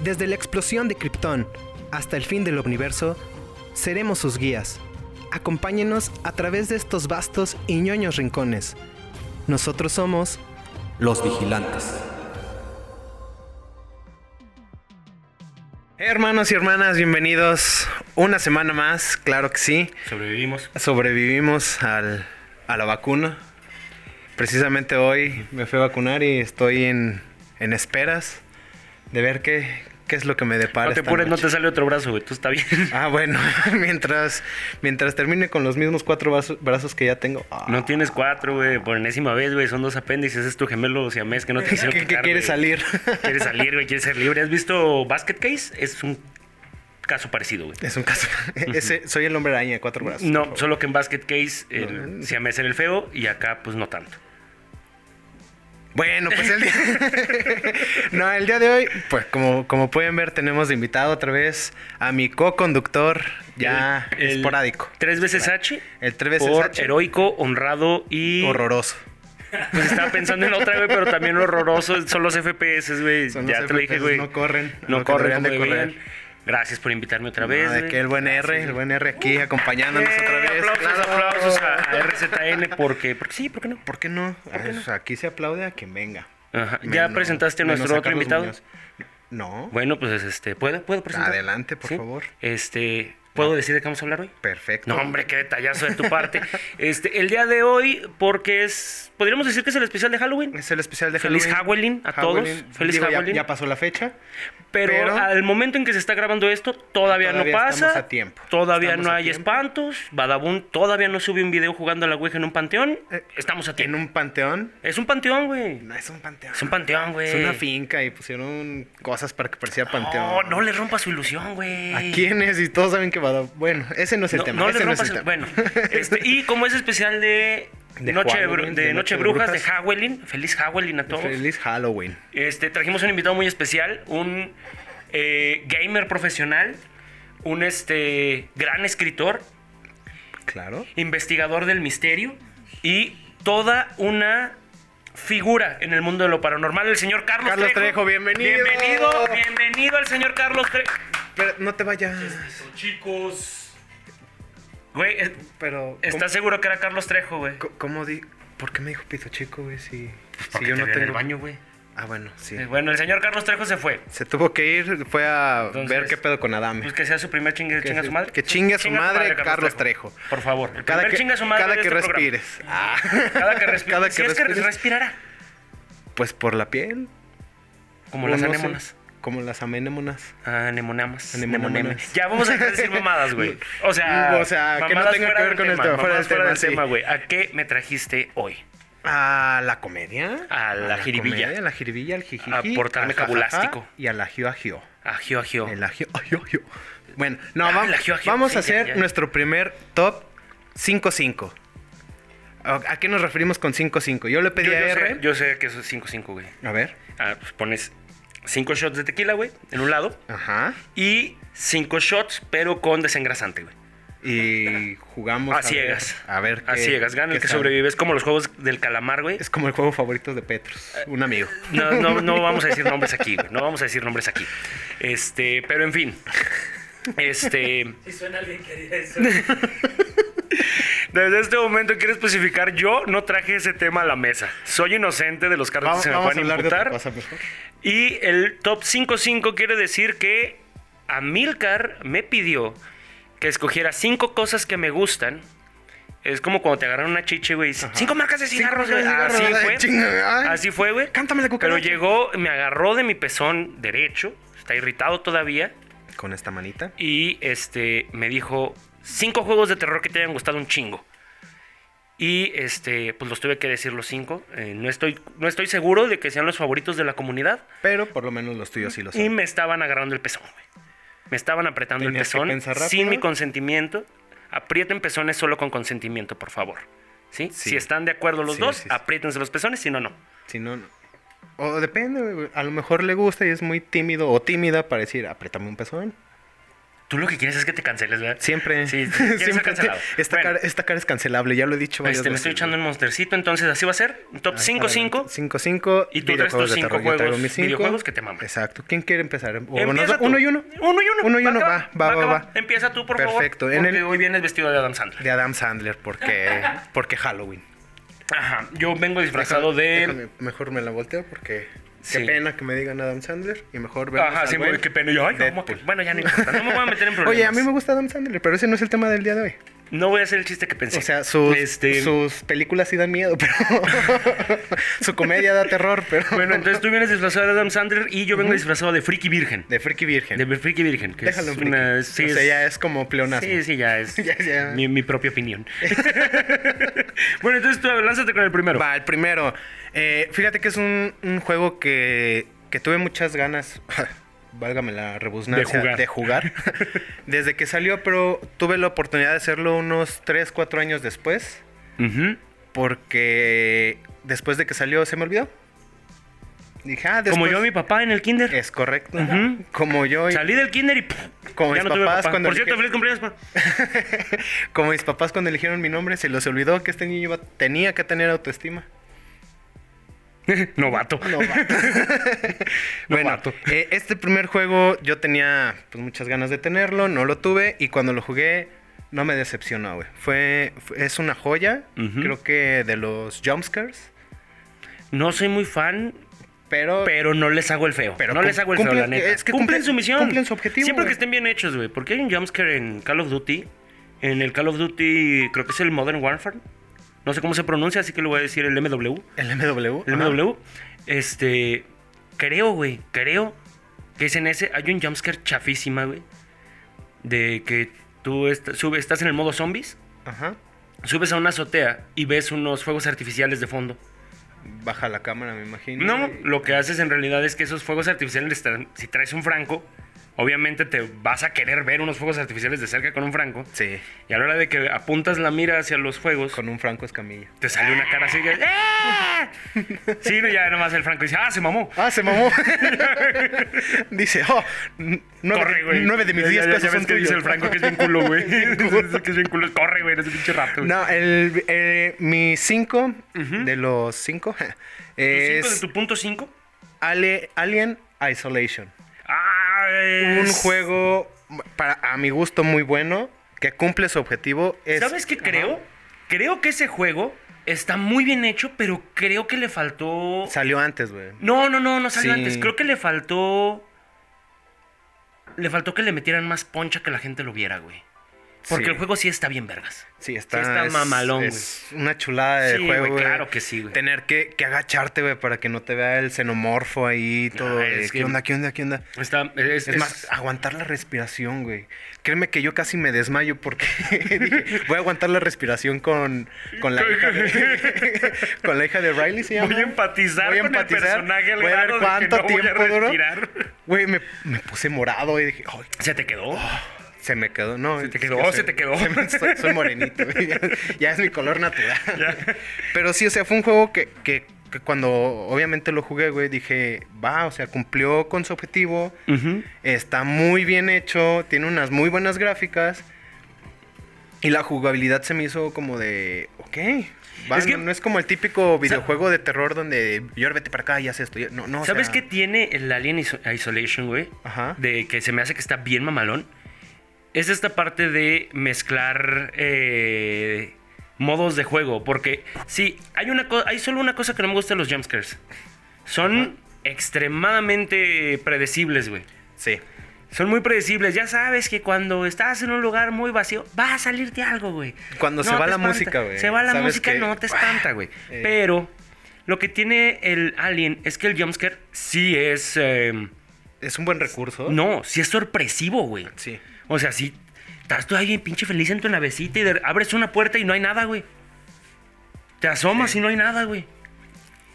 Desde la explosión de Krypton hasta el fin del universo, seremos sus guías. Acompáñenos a través de estos vastos y ñoños rincones. Nosotros somos Los Vigilantes. Hermanos y hermanas, bienvenidos una semana más, claro que sí. Sobrevivimos. Sobrevivimos al, a la vacuna. Precisamente hoy me fui a vacunar y estoy en, en esperas de ver qué, qué es lo que me depara. no te esta apures, no noche. te sale otro brazo, güey. Tú está bien. Ah, bueno, mientras, mientras termine con los mismos cuatro brazo- brazos que ya tengo. Ah. No tienes cuatro, güey. Por enésima vez, güey. Son dos apéndices. Es tu gemelo siamés que no te ¿Qué, quisieron qué quitar, quieres güey. salir? Quieres salir, güey. Quieres ser libre. ¿Has visto Basket Case? Es un caso parecido, güey. es un caso. Ese, soy el hombre araña de cuatro brazos. por No, favor. solo que en Basket Case el siamés era el feo y acá, pues, no tanto. Bueno, pues el día... no, el día de hoy, pues como, como pueden ver, tenemos de invitado otra vez a mi co-conductor ya El- el Ah, esporádico. Tres veces H. El tres veces por H. heroico, honrado y... Horroroso. Pues estaba pensando en otra, güey, pero también horroroso. Son los FPS, güey. Son Ya los te lo dije, FPS, güey. no corren, No lo que deberían corren de como correr. deberían. Gracias por invitarme otra vez. Nada de güey. Ah, que el buen R, el buen R aquí acompañándonos Eh, otra vez. Aplausos, Claro. aplausos a, a RZN porque, porque sí, porque no. ¿Por qué no? Pues, Aquí se aplaude a quien venga. Ajá. ¿Ya Menos- presentaste a menos nuestro otro Carlos invitado? Muñoz. No. Bueno, pues este, ¿puedo, puedo presentar? Adelante, por ¿Sí? favor. Este, ¿puedo decir de qué vamos a hablar hoy? Perfecto. No, hombre, qué detallazo de tu parte. Este, el día de hoy, porque es, podríamos decir que es el especial de Halloween. Es el especial de Feliz Halloween. Halloween a todos. Feliz Digo, ya- Halloween. Ya, pasó la fecha. Pero, Pero- al momento en que se está grabando esto, todavía, Todavía no estamos pasa. a tiempo. Todavía Estamos no a hay tiempo. espantos. Badabun todavía no sube un video jugando a la Ouija en un panteón. Eh, Estamos a En tiempo. un panteón. Es un panteón, güey. No es un panteón. Es un panteón, güey. Es una finca y pusieron cosas para que parecía panteón. No, no le rompa su ilusión, güey. ¿A quiénes? Y todos saben que va a... Bueno, ese no es el No, tema. no ese le no es rompa el su... tema. Bueno, este, y como es especial de... De Noche, de, Halloween, Bru- de Noche de Brujas, de Howelin. Feliz Howelin a todos. Feliz Halloween. Este, trajimos un invitado muy especial, un eh, gamer profesional, un este, gran escritor, Claro. investigador del misterio y toda una figura en el mundo de lo paranormal, el señor Carlos, Carlos Trejo, bienvenido. Bienvenido, bienvenido al señor Carlos Trejo. Pero no te vayas. Chicos. Güey, es- Pero... ¿estás seguro que era Carlos Trejo, güey? ¿Cómo, cómo di... ¿Por qué me dijo pito chico, güey? Si, si yo Porque Pues te no vi en tengo... el baño, güey. Ah, bueno, sí. Eh, Bueno, el señor Carlos Trejo se fue. Se tuvo que ir, fue a Entonces, ver qué pedo con Adame. Pues que sea su primer chingue, Que chinga se- su madre. que chingue a su Chinga tu madre, Carlos Trejo. Por favor. El cada primer que, chinga a su madre cada de que este programa. respires. Ah. Cada que respires. Cada si que es que respires. respirará. Pues por la piel. Como o las no sé, anémonas. Como las anémonas. Anemonamas. Anemonamas. Anemonamas. Ah, Ya vamos a dejar de decir mamadas, güey. O sea, O sea, que no mamadas tenga fuera que ver del con el tema, fuera mamadas del tema, sí. güey. ¿A qué me trajiste hoy? A la comedia. A la jiribilla. comedia, a la jiribilla, al jijiji. A portarme al jajaja cabulástico. Y al agio agio. Agio, agio. El agio agio agio. Bueno, no, Oh. Ah, vamos, el agio agio, vamos sí, a ya, hacer ya. nuestro primer top 5-5. ¿A a qué nos referimos con 5-5? Yo le pedí Yo, yo a sé, R. yo sé que eso es 5-5, güey. A ver. Ah, pues pones 5 shots de tequila, güey, en un lado. Ajá. Y 5 shots, pero con desengrasante, güey. Y jugamos. A, ver- ciegas. a ver A qué- ciegas. Gana el qué que sale. sobrevive. Es como los juegos del calamar, güey. Es como el juego favorito de Petrus, un amigo. No, no, no vamos a decir nombres aquí, güey. No vamos a decir nombres aquí. Este, pero en fin. Este. Si suena alguien que diga eso. Desde este momento quiero especificar, yo no traje ese tema a la mesa. Soy inocente de los cargos Vamos, que se me vamos a pueden hablar de imputar. otra cosa mejor. Y el top 5-5 quiere decir que Amilcar me pidió que escogiera cinco cosas que me gustan. Es como cuando te agarran una chiche, güey. y dicen, Cinco marcas de Cinco cigarros, marcas güey. de Así cigarros, fue. ay, chinga, ay. Así fue, güey. Cántame la cucaracha. Pero llegó, me agarró de mi pezón derecho. Está irritado todavía. Con esta manita. Y este me dijo cinco juegos de terror que te hayan gustado un chingo. Y este, pues los tuve que decir los cinco. Eh, no, estoy, no estoy seguro de que sean los favoritos de la comunidad. Pero por lo menos los tuyos sí los Y son. me estaban agarrando el pezón, güey. Me estaban apretando el Tenías que pezón pensar rápido. sin mi consentimiento. Aprieten pezones solo con consentimiento, por favor. ¿Sí? Sí. Si están de acuerdo los Sí, dos, sí, sí. apriétense los pezones, si no, no. Si no, no. O depende, güey. a lo mejor le gusta y es muy tímido o tímida para decir, apriétame un pezón. Tú lo que quieres es que te canceles, ¿verdad? Siempre. Sí, quieres ser siempre. cancelado. Esta, Bueno. cara, esta cara es cancelable, ya lo he dicho varias Este, me estoy veces. echando un monstercito, entonces así va a ser. Un top 5-5. 5-5. Y tú traes tus cinco juegos, videojuegos que te maman. Exacto. ¿Quién quiere empezar? O Empieza nos- tú. uno y uno. Uno y uno. Uno y uno, que va, va, va, que va. Empieza tú, por Perfecto. favor. En Porque el- hoy vienes vestido de Adam Sandler. De Adam Sandler, porque, porque Halloween. Ajá. Yo vengo disfrazado Déjame- de... déjame- mejor me la volteo porque. Sí. Qué pena que me digan Adam Sandler. Y mejor vemos Ajá, al sí, buen qué pena. Yo, ay, ¿cómo que- Deadpool. Bueno, ya no importa. No me voy a meter en problemas. Oye, a mí me gusta Adam Sandler, pero ese no es el tema del día de hoy. No voy a hacer el chiste que pensé. O sea, sus, Este, sus películas sí dan miedo, pero. su comedia da terror, pero. Bueno, entonces tú vienes disfrazado de Adam Sandler y yo vengo disfrazado de Friki Virgen. De Freaky Virgen. De Friki Virgen. Que Déjalo en es Freaky. una... Sí, o sea, es- ya es como pleonasmo. Sí, sí, ya es Ya, ya. Mi, mi propia opinión. bueno, entonces tú lánzate con el primero. Va, el primero. Eh, fíjate que es un, un juego que, que tuve muchas ganas, válgame la redundancia, De jugar. Desde que salió, pero tuve la oportunidad de hacerlo unos 3, 4 años después. Ujú. Porque después de que salió se me olvidó. Dije, ah, después... Como yo a mi papá en el kinder. Es correcto. Ujú. Como yo y- Salí del kinder y... ¡pum! Como mis tuve papás papá. cuando Por cierto, dije- feliz cumpleaños, pa. como mis papás cuando eligieron mi nombre, se les olvidó que este niño iba- tenía que tener autoestima. Novato. No, bueno, Novato. eh, este primer juego yo tenía pues, muchas ganas de tenerlo, no lo tuve y cuando lo jugué no me decepcionó, güey. Fue, fue- es una joya, Ujú. creo que de los jumpscares, No soy muy fan, pero, pero no les hago el feo. Pero no cum- les hago el feo, cumplen- la neta. es que cumplen, cumplen- su misión. cumplen su objetivo, Siempre que güey. estén bien hechos, güey. Porque hay un jumpscare en Call of Duty. En el Call of Duty, creo que es el Modern Warfare. No sé cómo se pronuncia, así que le voy a decir el MW. el MW. El ajá. MW. Este. Creo, güey. Creo que es en ese. Hay un jumpscare chafísima, güey. De que tú est- sube- estás en el modo zombies. Ajá. Subes a una azotea y ves unos fuegos artificiales de fondo. Baja la cámara, me imagino. No, y- lo que haces en realidad es que esos fuegos artificiales, están- si traes un franco, obviamente te vas a querer ver unos fuegos artificiales de cerca con un franco. Sí, Y a la hora de que apuntas la mira hacia los fuegos, con un Franco Escamilla. te sale una cara así. que, ¡Ah! Sí, no, ya nomás el franco dice, ah, se mamó. Ah, se mamó. Dice, oh, n- nueve, Corre, güey. nueve de mis Ya- diez ya- ya pesos ves son que dice el tuyos. Franco que es bien culo, güey. Dice que es bien culo. Corre, güey, eres un pinche rato, güey. No, el, eh, mi 5 de los 5 ¿Tu cinco es de tu punto 5? Ale- Alien Isolation. Ah, Un es- juego para a mi gusto muy bueno que cumple su objetivo. Es- ¿Sabes qué Ajá. creo? Creo que ese juego está muy bien hecho, pero creo que le faltó... Salió antes, güey. No, no, no, no salió Sí. antes. Creo que le faltó... Le faltó que le metieran más poncha que la gente lo viera, güey. Porque Sí. el juego sí está bien vergas. Sí, está, sí está es- mamalón, Es una chulada de Sí, juego, güey, güey. claro que sí, güey. Tener que, que agacharte, güey, para que no te vea el xenomorfo ahí, todo. Ah, es de, que- ¿Qué onda, qué onda, qué onda? Está... Es, Es, más, aguantar la respiración, güey. Créeme que yo casi me desmayo porque dije, voy a aguantar la respiración con, con la hija de, con la hija de Riley, ¿se llama? Voy a empatizar Voy a con empatizar, el personaje al voy a ver grado de que cuánto no voy a tiempo duró. respirar. Güey, me, me puse morado y dije, ay, ¿Se te quedó? se me quedó. No, te Oh, es que quedó, soy- se te quedó. se me- soy, soy morenito, güey. Ya, ya es mi color natural. Ya. Pero sí, o sea, fue un juego que, que- que cuando obviamente lo jugué, güey, dije, va, o sea, cumplió con su objetivo. Está muy bien hecho, tiene unas muy buenas gráficas. Y la jugabilidad se me hizo como de, ok. va, Es que- no, no es como el típico videojuego de terror donde yo vete para acá y haz esto. y- No, no, o ¿Sabes sea, qué tiene el Alien Iso- Isolation, güey? Ajá. De que se me hace que está bien mamalón. Es esta parte de mezclar eh, modos de juego. Porque sí, hay, una co- hay solo una cosa que no me gusta de los jumpscares. Son extremadamente predecibles, güey. Sí. Son muy predecibles. Ya sabes que cuando estás en un lugar muy vacío, va a salirte algo, güey. Cuando se va te la música, güey. Se va la Sabes música, que- no te espanta, güey. Eh. Pero lo que tiene el Alien es que el jumpscare sí es. eh, Es un buen recurso. no, sí es sorpresivo, güey. Sí. O sea, sí. Estás tú ahí bien pinche feliz en tu navecita y de- abres una puerta y no hay nada, güey. Te asomas y no hay nada, güey.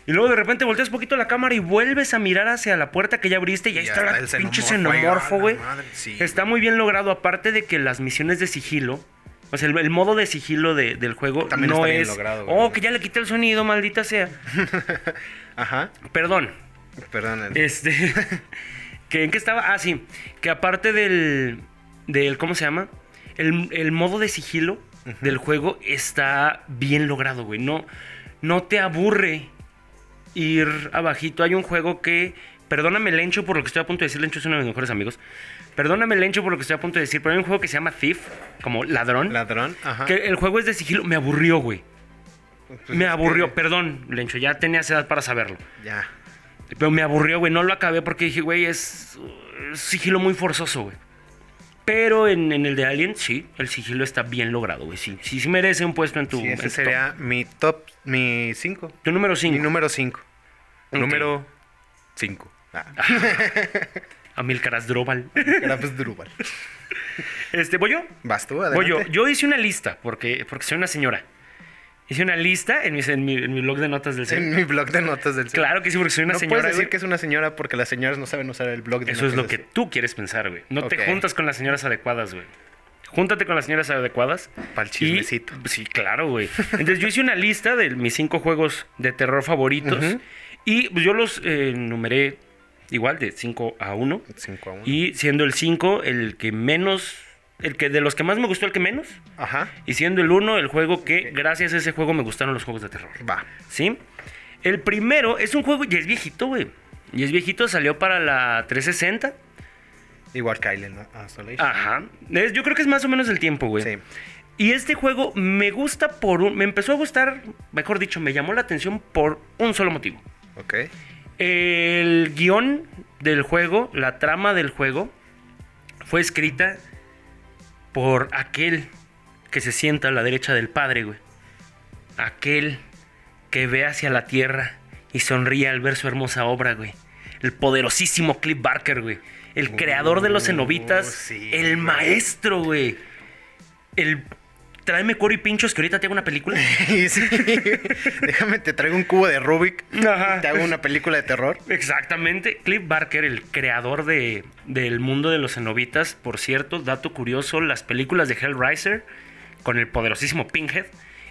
Y luego de repente volteas poquito la cámara y vuelves a mirar hacia la puerta que ya abriste y ahí Y está, está la el pinche xenomorfo, xenomorfo, oiga, güey. la madre, sí, está muy bien logrado, aparte de que las misiones de sigilo, o sea, el, el modo de sigilo de- del juego También no está bien es... logrado, güey. oh, que ya le quité el sonido, maldita sea. Ajá. Perdón, Perdón. el- este. ¿que, ¿En qué estaba? Ah, sí. Que aparte del. del, ¿cómo se llama? El, el modo de sigilo del juego está bien logrado, güey. No, no te aburre ir abajito. Hay un juego que, perdóname Lencho por lo que estoy a punto de decir, Lencho es uno de mis mejores amigos. Perdóname Lencho por lo que estoy a punto de decir, pero hay un juego que se llama Thief, como ladrón. Ladrón, ajá. Que el juego es de sigilo, me aburrió, güey. Pues Me es aburrió, que- perdón, Lencho, ya tenías edad para saberlo. Ya. Pero me aburrió, güey. No lo acabé porque dije, güey, es, es sigilo muy forzoso, güey. Pero en, en el de Alien, sí, el sigilo está bien logrado, güey. Sí, sí, sí merece un puesto en tu. Sí, en tu top. ese sería mi top, mi 5. Tu número Mi 5. número 5. Ok. Número 5. Ah, Amilcar Asdrúbal. era pues Drupal. Este, ¿voy yo? Vas tú, Voy adelante. yo. Yo hice una lista, porque, porque soy una señora. Hice una lista en, mis- en mi, en mi blog de notas del En CEN. mi blog de notas del sur. Claro que sí, porque soy una no señora. puedes decir güey. que es una señora porque las señoras no saben usar el blog de Eso es lo notas que del tú quieres pensar, güey. No Ok. te juntas con las señoras adecuadas, güey. Júntate con las señoras adecuadas. Pa'l y- chismecito. sí, claro, güey. Entonces yo hice una lista de mis cinco juegos de terror favoritos. Ujú. Y pues, yo los eh, numeré igual, de 5 a 1. sur. 5 a 1. Y siendo el 5 el que menos... El que de los que más me gustó, el que menos. Ajá. Y siendo el 1 el juego que, gracias a ese juego, me gustaron los juegos de terror. Va. ¿sí? El primero es un juego y es viejito, güey. Y es viejito, salió para la 360. Igual Kylie, ¿no? Ah, solo ahí. Ajá. Es- yo creo que es más o menos el tiempo, güey. Sí. Y este juego me gusta por un... Me empezó a gustar, mejor dicho, me llamó la atención por un solo motivo. Ok. El guión del juego, la trama del juego, fue escrita por aquel que se sienta a la derecha del padre, güey. Aquel que ve hacia la tierra y sonríe al ver su hermosa obra, güey. El poderosísimo Cliff Barker, güey. El creador de los cenobitas. Uh, sí, el güey. maestro, güey. El... Tráeme cuero y pinchos que ahorita te hago una película. Y sí, Déjame, te traigo un cubo de Rubik. Ajá. y Te hago una película de terror. Exactamente. Cliff Barker, el creador de, del mundo de los cenobitas, por cierto, dato curioso, las películas de Hellraiser con el poderosísimo Pinhead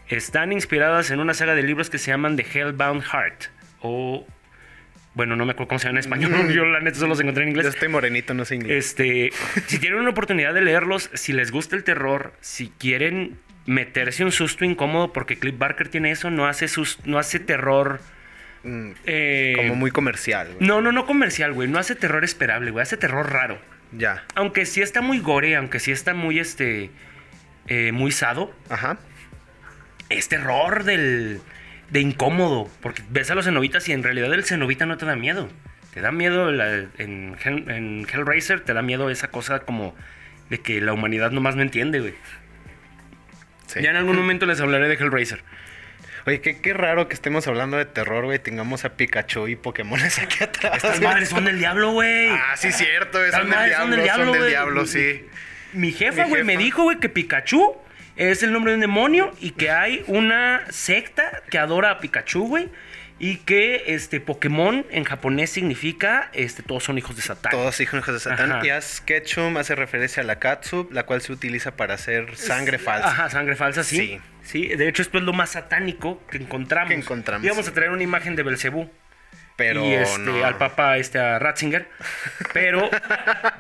están inspiradas en una saga de libros que se llaman The Hellbound Heart o... Bueno, no me acuerdo cómo se llama en Mm. español. Yo la neta solo los encontré en Yo inglés. estoy morenito, no sé inglés. Este, si tienen una oportunidad de leerlos, si les gusta el terror, si quieren meterse un susto incómodo, porque Cliff Barker tiene eso, no hace, sus, no hace terror. Mm, eh, Como muy comercial, güey. no, no, no comercial, güey. No hace terror esperable, güey. Hace terror raro. Ya. Aunque sí está muy gore, aunque sí está muy, este, eh, muy sado. Ajá. Es terror del, de incómodo. Porque ves a los cenobitas y en realidad el cenovita no te da miedo. Te da miedo la- en, Hell- en Hellraiser, te da miedo esa cosa como de que la humanidad nomás no entiende, güey. Sí. Ya en algún momento les hablaré de Hellraiser. Oye, qué, qué raro que estemos hablando de terror, güey. Tengamos a Pikachu y Pokémones aquí atrás. Estas madres son del diablo, güey. Ah, sí, cierto. Las Son del madres diablo. Son del diablo, sí. Mi jefa, Mi güey, me jefa. dijo, güey, que Pikachu es el nombre de un demonio y que hay una secta que adora a Pikachu, güey. Y que este Pokémon en japonés significa este, todos son hijos de Satán. Todos hijos de Satán. Ajá. Y Ash Ketchum hace referencia a la Katsup, la cual se utiliza para hacer sangre falsa. Ajá, sangre falsa, sí. Sí. sí. de hecho esto es lo más satánico que encontramos. Que encontramos, Y vamos sí. a traer una imagen de Belcebú. Pero y este, no. al papá este, a Ratzinger. Pero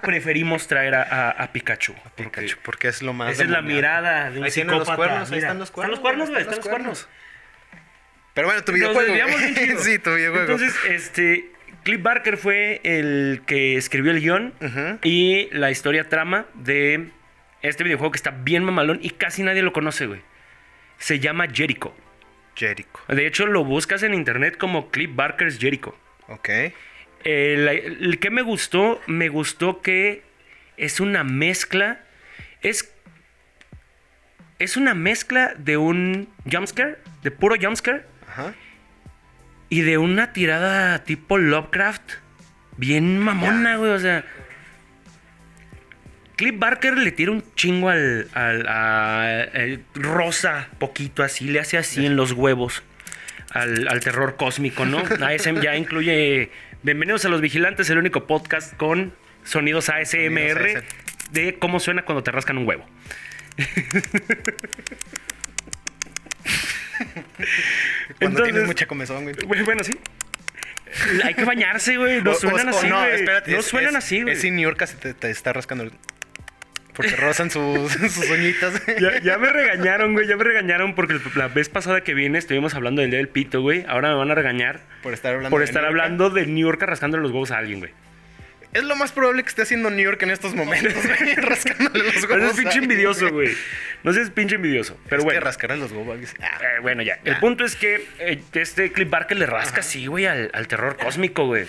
preferimos traer a, a- a Pikachu. porque- Pikachu, porque es lo más. Esa es la demoníaco. mirada de un Ahí tienen los psicópata. cuernos, ahí mira. están los cuernos, güey, están los cuernos. Pero bueno, tu Nos videojuego. güey. desviamos bien chido. sí, tu videojuego. Entonces, este, Cliff Barker fue el que escribió el guión Ujú. y la historia trama de este videojuego que está bien mamalón y casi nadie lo conoce, güey. Se llama Jericho. Jericho. De hecho, lo buscas en internet como Cliff Barker's Jericho. Ok. El, Eh, el que me gustó, me gustó que es una mezcla. Es. Es una mezcla de un jumpscare, de puro jumpscare, Ajá. y de una tirada tipo Lovecraft. Bien mamona, güey. O sea. Cliff Barker le tira un chingo al. al a- el rosa, poquito así, le hace así en los huevos. Al, al terror cósmico, ¿no? ASM ya incluye. Bienvenidos a Los Vigilantes, el único podcast con sonidos ASMR Sonidos de cómo suena cuando te rascan un huevo. Cuando tienes Entonces- mucha comezón, güey. Güey, bueno, sí. Hay que bañarse, güey. No O- o- suenan o así, No, güey. espérate. No es- suenan es- así, güey. Es in New York, se te, te está rascando el. Porque rozan sus, sus uñitas. Ya, ya me regañaron, güey. Ya me regañaron porque la vez pasada que vine estuvimos hablando del día del pito, güey. Ahora me van a regañar Por estar hablando por de estar New York. hablando de New York rascándole los huevos a alguien, güey. Es lo más probable que esté haciendo New York en estos momentos, güey. Rascándole los No seas huevos. pinche a alguien, envidioso, güey. No seas pinche envidioso. Pero es bueno. que rascarle los huevos a alguien. Ah, Eh, bueno, ya. El punto es que eh, este Cliff Barker le rasca así, güey, al, al terror cósmico, güey.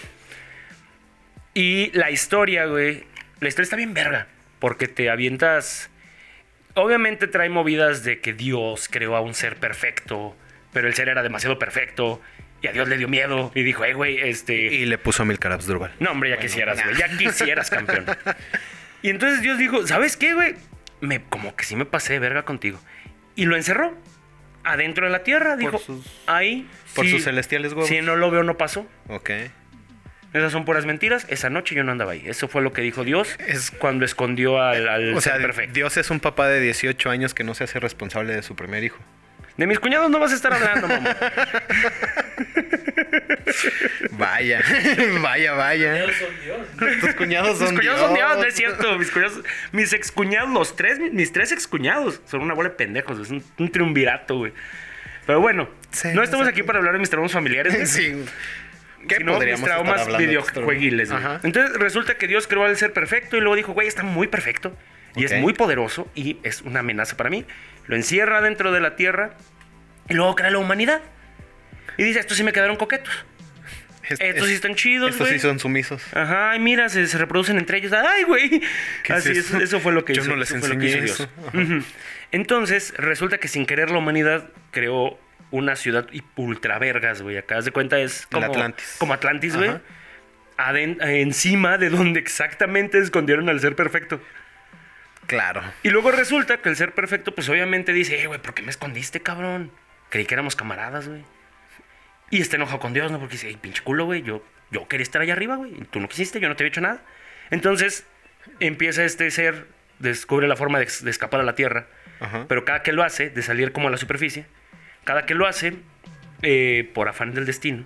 Y la historia, güey. La historia está bien verga. Porque te avientas. Obviamente trae movidas de que Dios creó a un ser perfecto. Pero el ser era demasiado perfecto. Y a Dios le dio miedo. Y dijo, hey, güey, este. Y le puso a Milcar Absdrúbal. No, hombre, ya quisieras, güey. Ya quisieras, campeón. Y entonces Dios dijo, ¿sabes qué, güey? Me, como que sí me pasé de verga contigo. Y lo encerró adentro de la tierra. Dijo, sus- ahí. por sí, sus celestiales huevos. Si no lo veo, no pasó. Ok. Esas son puras mentiras. Esa noche yo no andaba ahí. Eso fue lo que dijo Dios Es- cuando escondió al, al O sea, ser perfecto. Dios es un papá de 18 años que no se hace responsable de su primer hijo. De mis cuñados no vas a estar hablando, mamá. Vaya, vaya, vaya. Tus cuñados Mis son Dios. cuñados son diablos, no es cierto. Mis cuñados, mis excuñados, los tres, mis tres excuñados son una bola de pendejos, es un, un triunvirato, güey. Pero bueno, Sí, no estamos sí. aquí para hablar de mis traumas familiares, güey, Sí. ¿Qué sino mis podríamos estar traumas hablando de estos traumas? videojueguiles, güey. Ajá. Entonces resulta que Dios creó al ser perfecto y luego dijo, güey, está muy perfecto y Ok. es muy poderoso y es una amenaza para mí. Lo encierra dentro de la tierra y luego crea la humanidad. Y dice, estos sí me quedaron coquetos. Est- Estos est- sí están chidos, Estos sí güey. son sumisos. Ajá, y mira, se, se reproducen entre ellos. Ay, güey. ¿Qué es Así es, eso? eso fue lo que Yo hizo. no les fue lo que enseñé hizo eso. Dios. Ujú. Entonces, resulta que sin querer la humanidad creó una ciudad y ultra vergas, güey. Acá haz de cuenta es El como Atlantis. Como Atlantis, güey. Ajá. Aden- eh, encima de donde exactamente escondieron al ser perfecto. Claro. Y luego resulta que el ser perfecto, pues obviamente dice, eh, güey, ¿por qué me escondiste, cabrón? Creí que éramos camaradas, güey. Y está enojado con Dios, ¿no? Porque dice, "Ey, pinche culo, güey, yo, yo quería estar allá arriba, güey. y Tú no quisiste, yo no te había hecho nada. Entonces empieza este ser, descubre la forma de, ex- de escapar a la Tierra. Ajá. Pero cada que lo hace, de salir como a la superficie, cada que lo hace, eh, por afán del destino,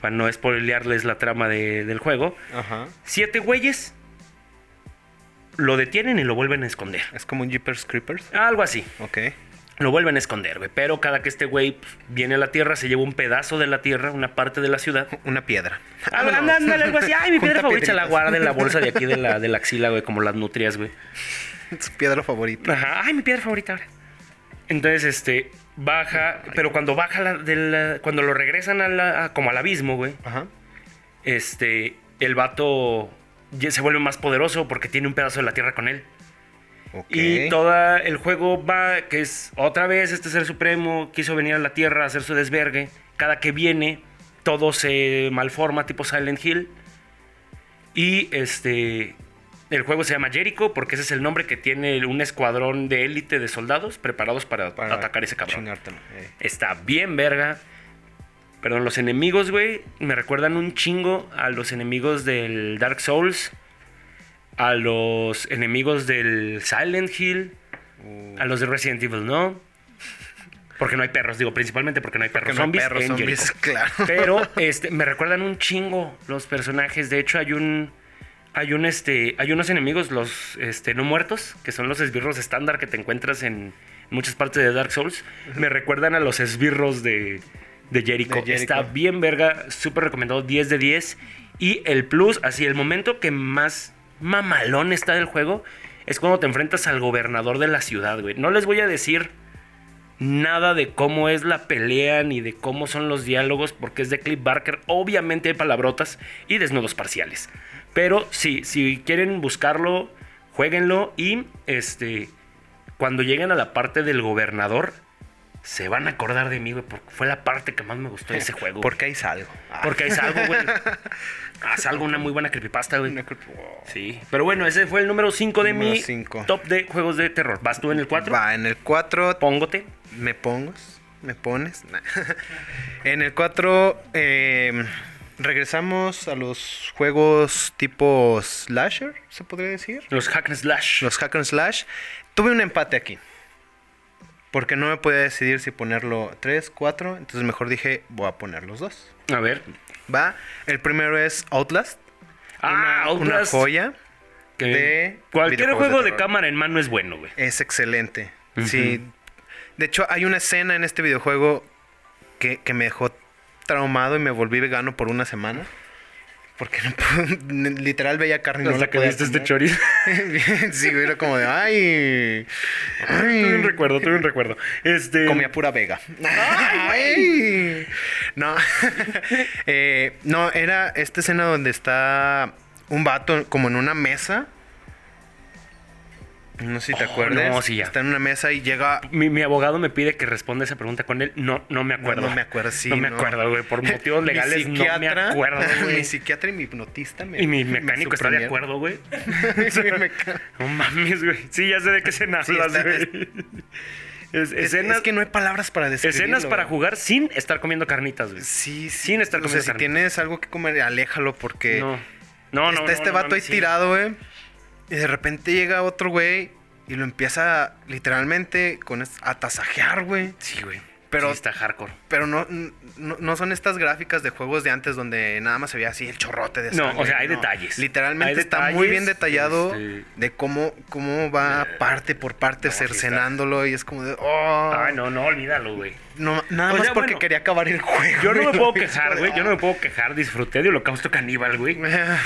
para no spoilearles la trama de- del juego, Ajá. siete güeyes lo detienen y lo vuelven a esconder. Es como un Jeepers Creepers. Algo así. Ok. Lo vuelven a esconder, güey. Pero cada que este güey pues, viene a la tierra, se lleva un pedazo de la tierra, una parte de la ciudad. Una piedra. Ah, Ándale, algo así. Ay, mi Junta piedra favorita la piedritas. guarda en la bolsa de aquí de la, de la axila, güey, como las nutrias, güey. Su piedra favorita. Ajá. Ay, mi piedra favorita ahora. Entonces, este, baja, pero cuando baja la, de la- cuando lo regresan a la, a- como al abismo, güey, Ajá. este, el vato ya se vuelve más poderoso porque tiene un pedazo de la tierra con él. Ok. Y todo el juego va, que es otra vez este ser supremo, quiso venir a la Tierra a hacer su desvergue. Cada que viene, todo se malforma, tipo Silent Hill. Y este, el juego se llama Jericho, porque ese es el nombre que tiene un escuadrón de élite de soldados preparados para, Para atacar ese cabrón. chingártelo, eh. Está bien verga. Perdón, los enemigos, güey, me recuerdan un chingo a los enemigos del Dark Souls, a los enemigos del Silent Hill, Uh, a los de Resident Evil, ¿no? Porque no hay perros, digo, principalmente porque no hay perros que no hay zombies. perros, en zombies, Jericho. claro. Pero este, me recuerdan un chingo los personajes. De hecho, hay un. Hay un este. Hay unos enemigos, los este, no muertos, que son los esbirros estándar que te encuentras en muchas partes de Dark Souls. Me recuerdan a los esbirros de, de, Jericho. De Jericho. Está bien verga, súper recomendado, 10 de 10. Y el plus, así, el momento que más mamalón está del juego es cuando te enfrentas al gobernador de la ciudad, güey. No les voy a decir nada de cómo es la pelea ni de cómo son los diálogos porque es de Cliff Barker. Obviamente hay palabrotas y desnudos parciales. Pero sí, si quieren buscarlo, jueguenlo y este cuando lleguen a la parte del gobernador se van a acordar de mí, güey, porque fue la parte que más me gustó de ese juego. güey. Porque ahí salgo. Ah, Porque es algo, güey. Haz algo, una muy buena creepypasta, güey. una culpa- wow. Sí, pero bueno, ese fue el número 5 de Número mi cinco. top de juegos de terror. ¿Vas tú en el 4? Va, en el 4 Póngote. me pongas, me pones. Nah. en el 4 regresamos a los juegos tipo slasher, se podría decir. Los Hack and Slash. Los hack and slash. Tuve un empate aquí. Porque no me podía decidir si ponerlo 3, 4. Entonces mejor dije, voy a poner los dos. A ver. Va. El primero es Outlast. Ah, una Outlast. joya. Que de cualquier videojuegos juego de, terror. cámara en mano es bueno, güey. Es excelente. Sí. De hecho, hay una escena en este videojuego que, que me dejó traumado y me volví vegano por una semana. Porque no pude- literal veía carne y no Hasta la que podía viste este comer. chorizo. sí, güey, era como de, ay, tuve ay, un recuerdo, tuve un recuerdo. Este. comía pura vega. Ay. no, Eh, no, era esta escena donde está un vato como en una mesa. No sé si te Oh, acuerdas. no, sí, ya. Está en una mesa y llega... Mi, mi abogado me pide que responda esa pregunta con él. No, no me acuerdo. No, no me acuerdo, sí. No me acuerdo, güey. Por motivos Mi legales no me psiquiatra- acuerdo, Mi güey. psiquiatra y mi hipnotista me Y mi mecánico me está de suprimieron. acuerdo, güey. Sí, mi meca- No mames, güey. Sí, ya sé de qué escena Sí, hablas, está- güey. Es- Es- escenas es que no hay palabras para describirlo. escenas para güey. jugar sin estar comiendo carnitas, güey. Sí, sí. Sin estar O sea, comiendo si carne. tienes algo que comer, aléjalo porque No. No, no, está no, este no vato ahí mames, sí. tirado, güey. Y de repente llega otro güey y lo empieza literalmente con es- a tasajear, güey. Sí, güey. Pero- Pero está hardcore. Pero no, no, no son estas gráficas de juegos de antes donde nada más se veía así el chorrote de No, sangre, o sea, hay detalles. Literalmente Hay está detalles, muy bien detallado este- de cómo, cómo va parte por parte no, sí está. cercenándolo y es como de... Oh, Ay, no, no, olvídalo, güey. No, nada O más sea, porque bueno, quería acabar el juego. Yo no me güey, puedo lo mismo quejar, de, güey. Yo no me puedo quejar. Disfruté de Holocausto Caníbal, güey. ah.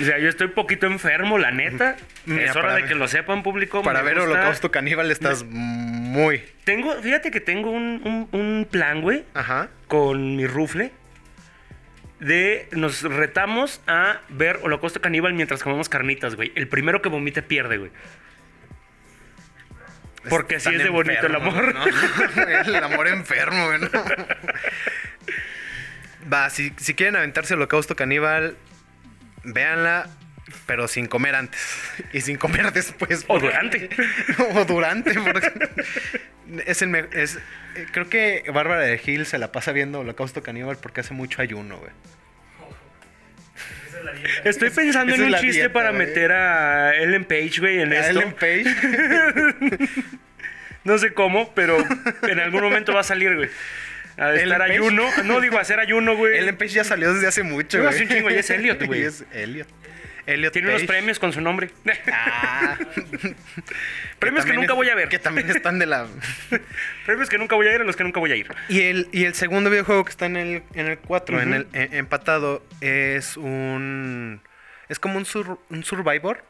O sea, yo estoy un poquito enfermo, la neta. Mira, es hora para de ver- que lo sepan, público. Para me ver gusta. Holocausto Caníbal estás muy... Tengo, fíjate que tengo un, un- un plan, güey, Ajá. con mi rufle. De nos retamos a ver Holocausto Caníbal mientras comemos carnitas, güey. El primero que vomite pierde, güey. Porque así Están es de bonito el enfermos, amor. ¿no? el amor enfermo, güey. ¿no? Va, si, si quieren aventarse Holocausto Caníbal, véanla, pero sin comer antes. Y sin comer después. O porque- durante. o durante, porque es el me- es- eh, Creo que Bárbara de Gil se la pasa viendo Holocausto Caníbal porque hace mucho ayuno, güey. Estoy pensando esa en es un la chiste dieta, para güey. meter a Ellen Page, güey, en A esto. Ellen Page. No sé cómo, pero en algún momento va a salir, güey. A ¿Ellen estar Page? ayuno. No digo hacer ayuno, güey. Ellen Page ya salió desde hace mucho, Sí, güey. hace un chingo, y es Elliot, güey. Y es Elliot. Elliot Tiene unos Page. premios con su nombre. Ah. Premios que también nunca es- voy a ver. Que también están de la... premios que nunca voy a ir a los que nunca voy a ir. Y el, y el segundo videojuego que está en el, en el 4, en el Ujú. en- empatado, es un... Es como un, sur- un Survivor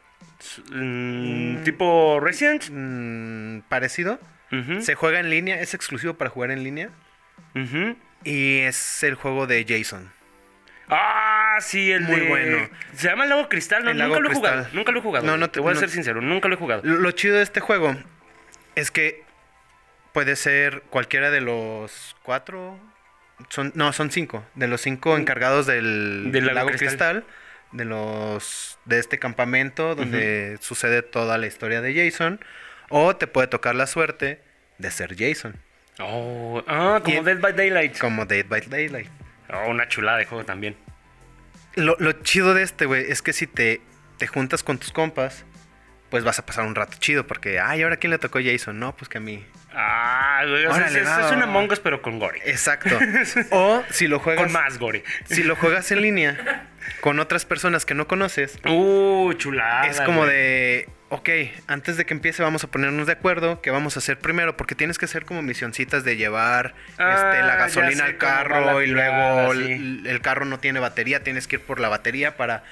Mm, tipo Resident. mm, parecido. Ujú, Se juega en línea, es exclusivo para jugar en línea. ujú. Y es el juego de Jason. Ah, sí, el Muy de- bueno. Se llama el Lago Cristal. No, El nunca Lago lo he jugado. Cristal. Nunca lo he jugado. No, No, no te, te- voy no- a ser sincero. Nunca lo he jugado. Lo lo chido de este juego es que puede ser cualquiera de los cuatro. Son, no, son cinco. De los cinco encargados del, Del lago lago Cristal. cristal. De los. de este campamento donde sucede toda la historia de Jason. O te puede tocar la suerte de ser Jason. Oh, ah, como Y- Dead by Daylight. Como Dead by Daylight. Oh, una chulada de juego también. Lo, lo chido de este, güey, es que si te, te juntas con tus compas, pues vas a pasar un rato chido. Porque, ay, ¿ahora quién le tocó Jason? No, pues que a mí. Ah, güey, o sea, Órale, es, va, es va, un va. Among Us, pero con gore. Exacto. o si lo juegas. Con más gore. si lo juegas en línea con otras personas que no conoces, Uh, chulada. es como güey. de, ok, antes de que empiece vamos a ponernos de acuerdo qué vamos a hacer primero, porque tienes que hacer como misioncitas de llevar Ah, este, la ya sé gasolina al cómo va la carro y tirada, luego sí. el, el carro no tiene batería, tienes que ir por la batería para...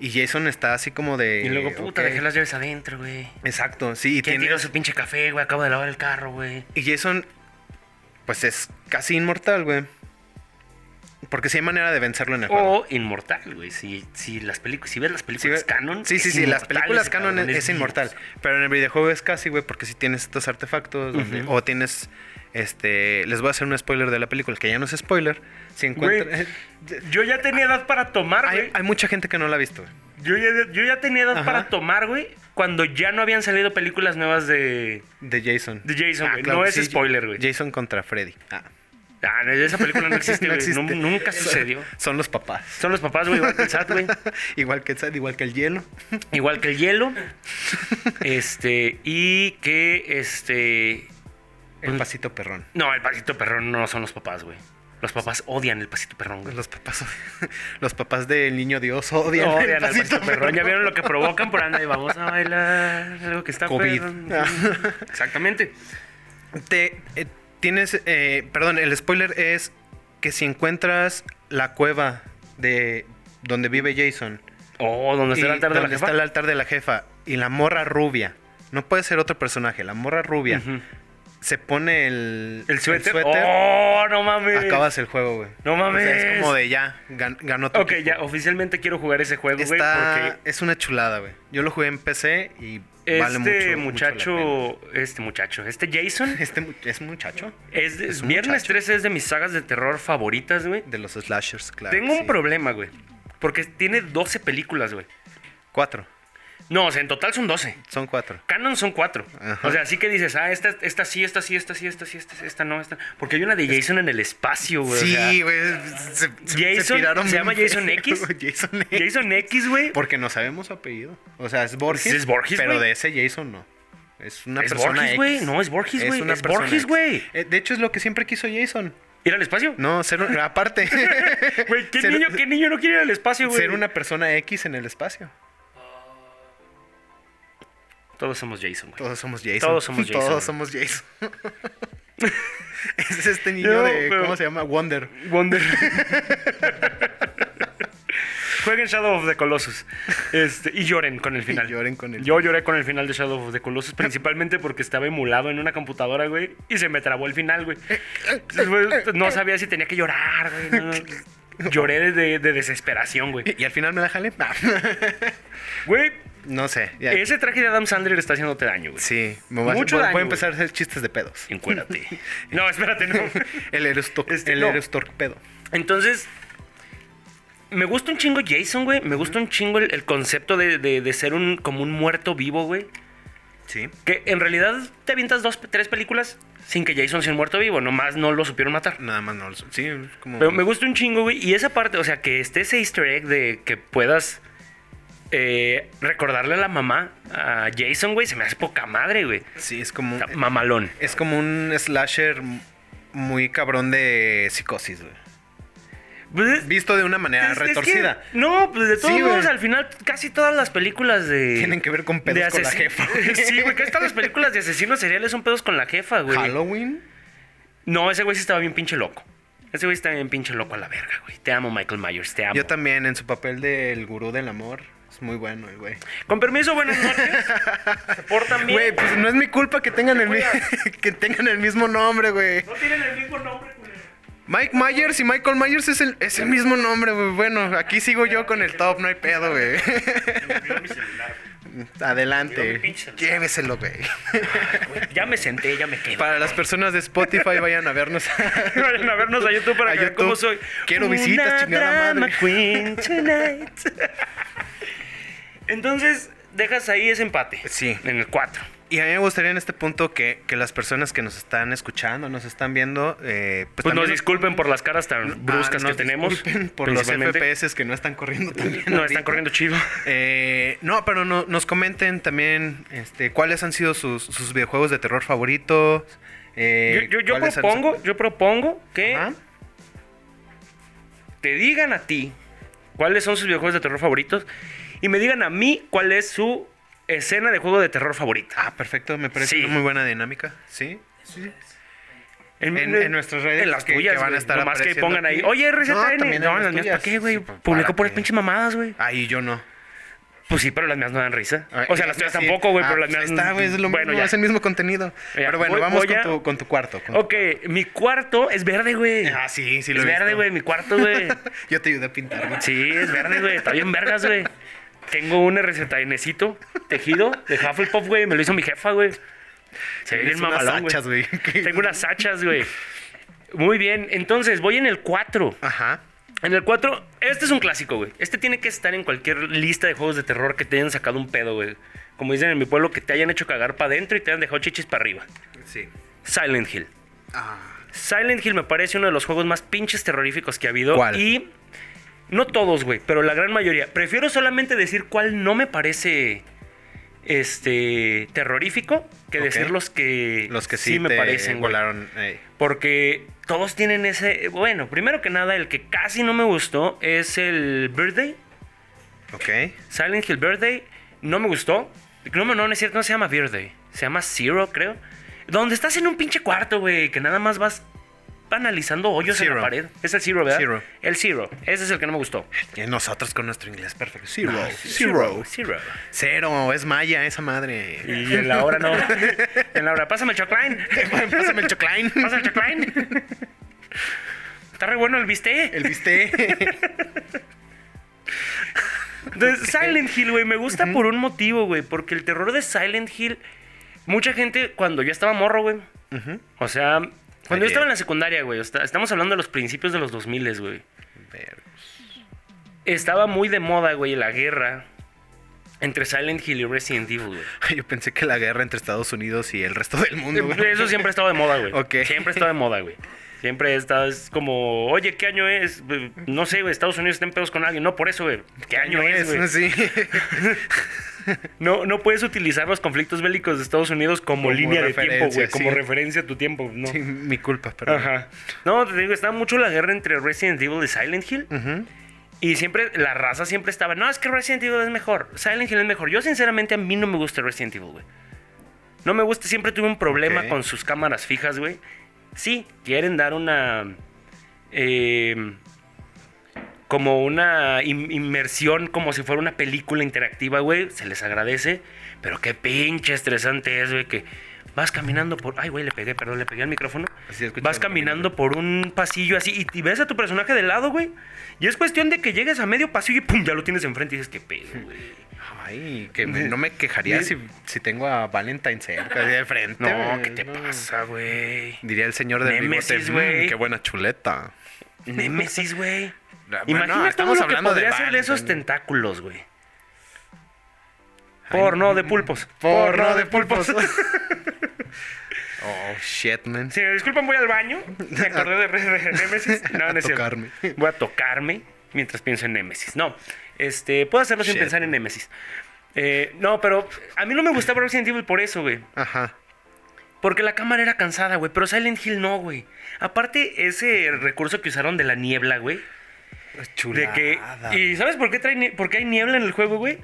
Y Jason está así como de... Y luego, puta, ok. dejé las llaves adentro, güey. Exacto, sí, y ¿Quién tiene... tiró su pinche café, güey? Acabo de lavar el carro, güey. Y Jason, pues es casi inmortal, güey. Porque sí hay manera de vencerlo en el juego. O inmortal, güey. Si, si, las películas, si ves las Sí, películas güey. canon. Sí, sí, es sí, las inmortal películas ese canon cabrón, es, es Dios. inmortal. Pero en el videojuego es casi, güey, porque si tienes estos artefactos donde- Ujú. o tienes. Este, les voy a hacer un spoiler de la película, que ya no es spoiler. Si Güey, encuentran. yo ya tenía edad para tomar, Hay, güey. hay mucha gente que no la ha visto. güey. Yo ya, yo ya tenía edad Ajá. para tomar, güey. Cuando ya no habían salido películas nuevas de, De Jason. de Jason, Ah, güey. claro, no es sí, spoiler, güey. Jason contra Freddy. Ah, Ah, no, esa película no existe, no güey. existe. Nu- Nunca sucedió. Son los papás. Son los papás, güey, igual que el SAT, güey. igual que el Sad, igual que el hielo. Igual que el hielo. Este, y que este. El pasito perrón. No, el pasito perrón no son los papás, güey. Los papás odian el pasito perrón, güey. Los papás, los papás del niño Dios odian, No, el odian al pasito pasito perrón. Ya vieron lo que provocan por anda y vamos a bailar algo que está COVID. Ah. perrón. Exactamente. Te, eh, tienes, eh, perdón, el spoiler es que si encuentras la cueva de donde vive Jason, Oh, donde está el y altar de la donde jefa. está el altar de la jefa y la morra rubia, no puede ser otro personaje, la morra rubia Ujú. se pone el, El suéter. Oh, no mames. acabas el juego, güey. No mames. O sea, es como de ya, gan- ganó tu Ok, equipo. ya, oficialmente quiero jugar ese juego, güey. Está, Porque es una chulada, güey. Yo lo jugué en PC y este vale mucho. mucho la muchacho, pena. este muchacho, este Jason, Este mu- es muchacho es, de- es un Viernes muchacho. 13 es de mis sagas de terror favoritas, güey. de los slashers, claro. Tengo un Ah, sí. problema, güey. Porque tiene 12 películas, güey. Cuatro. No, o sea, en total son 12. Son cuatro. Canon son cuatro. Ajá. O sea, así que dices, ah, esta, esta sí, esta sí, esta sí, esta sí, esta, esta no, esta. Porque hay una de Jason en el espacio, güey. o sea, Sí, güey. Se, se- Jason- piraron ¿se bien llama Jason feo, X? güey, Jason X. Jason X, güey. Porque no sabemos su apellido. O sea, es Borges. Sí, Pues es Borges, Pero güey. de ese Jason no. Es una ¿Es persona Borges, X. güey? No, es Borges, güey. una Es persona Borges, X. güey. Eh, De hecho, es lo que siempre quiso Jason. ¿Ir al espacio? No, ser un- aparte. Güey, ¿qué, ser- niño, ¿qué niño no quiere ir al espacio, güey? Ser una persona X en el espacio. Todos somos Jason, güey. Todos somos Jason. Todos somos Jason. Todos somos Jason. es este niño No, de. pero- ¿Cómo se llama? Wonder. Wonder. Jueguen Shadow of the Colossus. Este, y lloren con el final. lloren con el Yo lloré con el final de Shadow of the Colossus, principalmente porque estaba emulado en una computadora, güey. Y se me trabó el final, güey. Entonces, güey, No sabía si tenía que llorar, güey. no. Lloré de, de- de desesperación, güey. Y al final me la jalé. Nah. Güey, no sé. ya- ese traje de Adam Sandler está haciéndote daño, güey. Sí, me voy a- Mucho voy- daño, voy a empezar a hacer chistes de pedos. Encuérdate. No, espérate, no. El Erusto, Este, el no. Erustorpedo. Entonces, me gusta un chingo Jason, güey. Me gusta un chingo el, el concepto de, de- de ser un como un muerto vivo, güey. Sí. Que en realidad te avientas dos, tres películas sin que Jason sea un muerto vivo. Nomás no lo supieron matar. Nada más no lo Sí, es como. Pero me gusta un chingo, güey. Y esa parte, o sea, que esté ese easter egg de que puedas eh, recordarle a la mamá a Jason, güey, se me hace poca madre, güey. Sí, es como. O sea, Mamalón. Es como un slasher m- muy cabrón de psicosis, güey. Pues, Visto de una manera Es- es que- Ah, retorcida. no, pues de todos Sí, güey. modos, al final casi todas las películas de. Tienen que ver con pedos de con la asesin- jefa. sí, güey, que todas las películas de asesinos seriales son pedos con la jefa, güey. Halloween. No, ese güey sí estaba bien pinche loco. Ese güey está bien pinche loco a la verga, güey. Te amo, Michael Myers, te amo. Yo también, en su papel del gurú del amor. Es muy bueno el güey. Con permiso, buenas noches. Se portan bien. Güey, pues no es mi culpa que tengan el, mi- que tengan el mismo nombre, güey. No tienen el mismo nombre, culero. Mike Myers y Michael Myers es el, es el mismo nombre, güey. Bueno, aquí sigo yo con el top, no hay pedo, güey. Olvidó mi celular, Mira mi Adelante. pinche celular. Lléveselo, güey. güey. Ya me senté, ya me quedé. Para las personas de Spotify, vayan a vernos. Vayan a vernos a YouTube para A que vean YouTube. cómo soy. Quiero visitas, chingada drama madre. queen tonight. Entonces, dejas ahí ese empate. Sí. En el 4. Y a mí me gustaría en este punto que, que las personas que nos están escuchando, nos están viendo, eh, pues, Pues nos también- disculpen por las caras tan bruscas Ah, que nos tenemos. disculpen Por los principalmente. FPS que no están corriendo también. No, ahorita. están corriendo chido. Eh, no, pero no- nos comenten también este, cuáles han sido sus, sus videojuegos de terror favoritos. eh, yo yo- yo cuáles han- ¿Ah? propongo, yo propongo que Ajá. te digan a ti cuáles son sus videojuegos de terror favoritos y me digan a mí cuál es su escena de juego de terror favorita. Ah, perfecto, me parece Sí. una muy buena dinámica. Sí. sí. En, eh, en nuestras redes. En las que- tuyas, que van a güey. estar Nomás que apareciendo pongan ahí. aquí. Oye, No, RZN. también en No, las las mías, tuyas. ¿para qué, güey? Sí, pues, ¿para Publicó puras qué? pinches mamadas, güey. Ahí Ah, yo no. Pues sí, pero las mías no dan risa. Ah, O sea, eh, las tuyas sí. tampoco, güey, Ah, pero las pues ahí mías. Está, güey, es lo bueno, mismo, ya. es el mismo contenido. Pero bueno, Voy- vamos voy con, a- tu, con tu cuarto. con tu Ok, mi cuarto es verde, güey. Ah, sí, sí lo Es he verde, visto. güey, mi cuarto, güey. Yo te ayudé a pintar, güey. Sí, es verde, güey. Está bien vergas, güey. Tengo un RZNcito tejido de Hufflepuff, güey. Me lo hizo mi jefa, güey. Se ve Tienes bien unas mamalón, hachas, güey. güey. Tengo unas hachas, güey. Muy bien. Entonces, voy en el 4. Ajá. En el 4, este es un clásico, güey. Este tiene que estar en cualquier lista de juegos de terror que te hayan sacado un pedo, güey. Como dicen en mi pueblo, que te hayan hecho cagar para adentro y te hayan dejado chichis para arriba. Sí. Silent Hill. Ah, Silent Hill me parece uno de los juegos más pinches terroríficos que ha habido. ¿Cuál? Y no todos, güey, pero la gran mayoría. Prefiero solamente decir cuál no me parece este terrorífico que Ok. decir los que, Los que sí, me te parecen. güey. volaron. ey. Porque todos tienen ese. Bueno, primero que nada, el que casi no me gustó es el Birthday. Ok. Silent Hill Birthday. No me gustó. No, no, no es cierto, no se llama Birthday. Se llama Zero, creo. Donde estás en un pinche cuarto, güey, que nada más vas analizando hoyos en la Zero. pared. Es el Zero, ¿verdad? Zero. El Zero. Ese es el que no me gustó. Y nosotros con nuestro inglés perfecto. Zero. Ah, zero. Zero. Cero. Es maya esa madre. Y en la hora no. En la hora, pásame el Chocline. Pásame el chocline. Pásame el Chocline. Está re bueno el viste. El viste. Entonces, Silent Hill, güey, me gusta por un motivo, güey. Porque el terror de Silent Hill. Mucha gente, cuando yo estaba morro, güey. O sea, cuando yo Ayer. estaba en la secundaria, güey. o sea, Estamos hablando de los principios de los 2000, güey. Estaba muy de moda, güey, la guerra entre Silent Hill y Resident Evil, güey. Yo pensé que la guerra entre Estados Unidos y el resto del mundo. güey. Eso siempre ha estado de moda, güey. Ok. Siempre ha estado de moda, güey. Siempre está es como, oye, ¿qué año es? No sé, güey, Estados Unidos está en pedos con alguien. No, por eso, güey. ¿Qué año es, güey? Sí. No, no puedes utilizar los conflictos bélicos de Estados Unidos como, Como línea de tiempo, referencia, güey, como sí. referencia a tu tiempo, no. Sí, Mi culpa, pero. Ajá. No, te digo, estaba mucho la guerra entre Resident Evil y Silent Hill. Ujú. Y siempre, la raza siempre estaba, no, es que Resident Evil es mejor, Silent Hill es mejor. Yo, sinceramente, a mí no me gusta Resident Evil, güey. No me gusta, siempre tuve un problema Ok. con sus cámaras fijas, güey. Sí, quieren dar una... eh, como una in- inmersión, como si fuera una película interactiva, güey. Se les agradece. Pero qué pinche estresante es, güey, que vas caminando por... Ay, güey, le pegué, perdón, le pegué al micrófono. Así escucha vas el micrófono. caminando por un pasillo así y, y ves a tu personaje de lado, güey. Y es cuestión de que llegues a medio pasillo y pum, ya lo tienes enfrente y dices, qué pedo, güey. Ay, que me- no me quejaría si, si tengo a Valentine cerca así de frente. No, güey, ¿qué te no. pasa, güey? Diría el señor del Némesis, bigote. "Mm, güey. qué buena chuleta. Nemesis, güey. Bueno, Imagina estamos todo lo que hablando de podría hacerle Valentine. esos tentáculos, güey. Porno mm, de pulpos. Porno de pulpos. oh, shit, man. Si me disculpan, voy al baño. Me acordé de Re- Re- Nemesis. No, A no es cierto. tocarme. Voy a tocarme mientras pienso en Nemesis. No, este, puedo hacerlo sin Shit. pensar en Nemesis. Eh, no, pero a mí no me gustaba Resident Evil por eso, güey. Ajá. Porque la cámara era cansada, güey. Pero Silent Hill no, güey. Aparte, ese recurso que usaron de la niebla, güey. De Chulada. que. ¿Y sabes por qué, trae nie- por qué hay niebla en el juego, güey?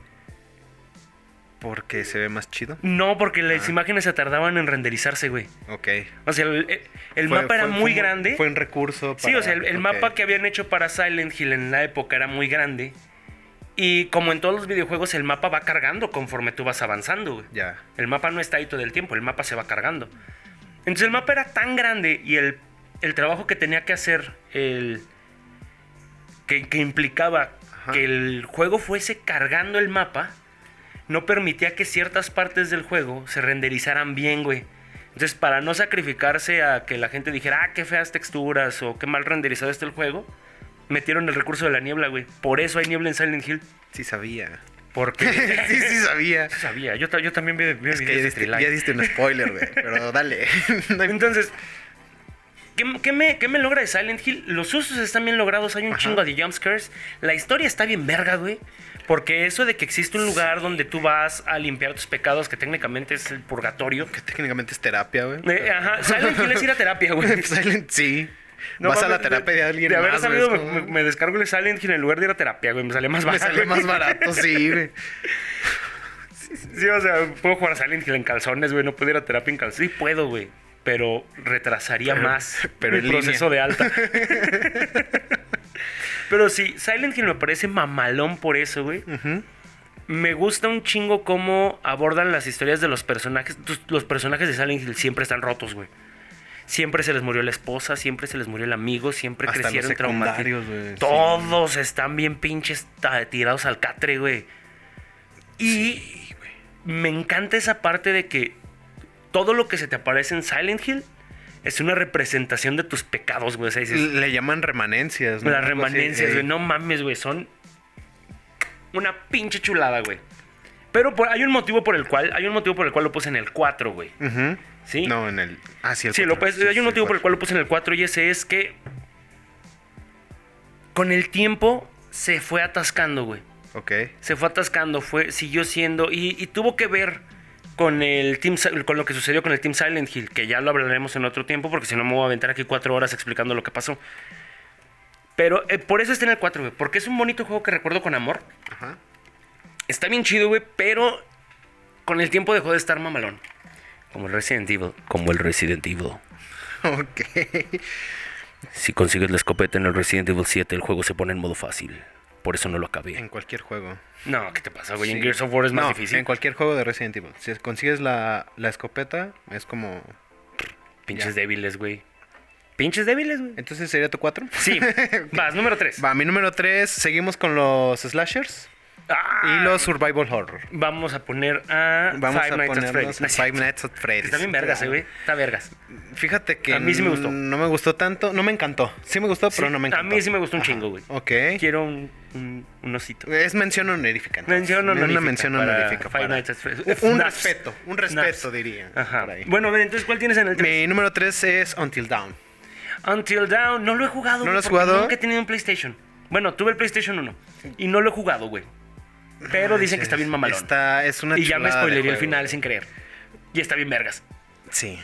Porque se ve más chido. No, porque Ah. las imágenes se tardaban en renderizarse, güey. Ok. O sea, el, el- el Fue- mapa era fue- muy fue un- grande. Fue un recurso. Sí, o sea, el, el ok. mapa que habían hecho para Silent Hill en la época era muy grande. Y como en todos los videojuegos, el mapa va cargando conforme tú vas avanzando, güey. Ya. El mapa no está ahí todo el tiempo, el mapa se va cargando. Entonces el mapa era tan grande y el, el trabajo que tenía que hacer, el que, que implicaba Ajá. que el juego fuese cargando el mapa, no permitía que ciertas partes del juego se renderizaran bien, güey. Entonces, para no sacrificarse a que la gente dijera, ah, qué feas texturas o qué mal renderizado está el juego, metieron el recurso de la niebla, güey. Por eso hay niebla en Silent Hill. Sí sabía. Porque sí, sí sabía. sabía, yo, ta- yo también vi, vi videos Es que ya de diste, Trilight. ya diste un spoiler, güey. Pero dale. No hay- Entonces, ¿qué, qué me, qué me logra de Silent Hill? Los usos están bien logrados, hay un chingo de jumpscares. La historia está bien verga, güey. Porque eso de que existe un lugar donde tú vas a limpiar tus pecados, que técnicamente es el purgatorio. que técnicamente es terapia, güey. Eh, ajá, Silent Hill es ir a terapia, Pues, güey. Silent, sí. No Vas a mames, la terapia de alguien haber más, güey, sabido, es como- me, me descargo el Silent Hill en lugar de ir a terapia, güey. Me sale más Me barato. sale más barato, sí, güey. Sí, o sea, puedo jugar a Silent Hill en calzones, güey. No puedo ir a terapia en calzones. Sí puedo, güey. Pero retrasaría más pero el en línea. proceso de alta. pero sí, Silent Hill me parece mamalón por eso, güey. Me gusta un chingo cómo abordan las historias de los personajes. Tus- Los personajes de Silent Hill siempre están rotos, güey. Siempre se les murió la esposa, siempre se les murió el amigo, siempre Hasta los crecieron traumatizados. secundarios, güey, sí. Todos están bien pinches ta- tirados al catre, güey. Y me encanta esa parte de que todo lo que se te aparece en Silent Hill es una representación de tus pecados, güey. O sea, dices, Le llaman remanencias, Pues las Algo así, remanencias, eh. güey. No mames, güey. Son una pinche chulada, güey. Pero por- hay un motivo por el cual, hay un motivo por el cual lo puse en el 4, güey. Ujú. ¿Sí? No, en el. Ah, sí, el Sí, lo cuatro. pues, hay un sí, motivo por el cual cuatro. lo puse en el 4 y ese es que con el tiempo se fue atascando, güey. Ok. se fue atascando, fue, siguió siendo y, y tuvo que ver con el Team Si- con lo que sucedió con el Team Silent Hill, que ya lo hablaremos en otro tiempo, porque si no me voy a aventar aquí cuatro horas explicando lo que pasó. Pero eh, por eso está en el 4, güey, porque es un bonito juego que recuerdo con amor. Ajá. Está bien chido, güey, pero con el tiempo dejó de estar mamalón. Como el Resident Evil. Como el Resident Evil. Ok. Si consigues la escopeta en el Resident Evil 7, el juego se pone en modo fácil. Por eso no lo acabé. En cualquier juego. No, ¿qué te pasa, güey? En Sí. Gears of War es más No, difícil. En cualquier juego de Resident Evil. Si consigues la, la escopeta, es como. Pinches débiles, güey. Pinches débiles, güey. Entonces sería tu 4. Sí, vas, número 3. Va, mi número 3. Seguimos con los slashers y los survival horror. Ah, Vamos a poner a Vamos Five a Nights at ponernos Freddy's. No es Five cierto. Nights at Freddy's. Está bien vergas, eh, güey. Está vergas. Fíjate que A mí sí me gustó. no me gustó tanto, no me encantó. Sí me gustó, pero Sí, no me a encantó. mí sí me gustó un chingo, güey. Ok. Quiero un, un, un osito. Es mención honorífica. entonces. Mención honorífica. Una mención para honorífica. Five para- Nights at Freddy's. Un, un Snaps. respeto, un Snaps. respeto diría. Ajá. por ahí. Bueno, pues a ver, entonces, ¿cuál tienes en el 3? Mi número 3 es Until Dawn. Until Dawn. No lo he jugado. ¿No güey, lo has porque jugado? Nunca he tenido un PlayStation. Bueno, tuve el PlayStation 1. Y no lo he jugado, güey. Pero dicen que está bien mamalón. Está, es una y ya me chulada de spoileré el juego. final sin creer. Y está bien vergas. Sí.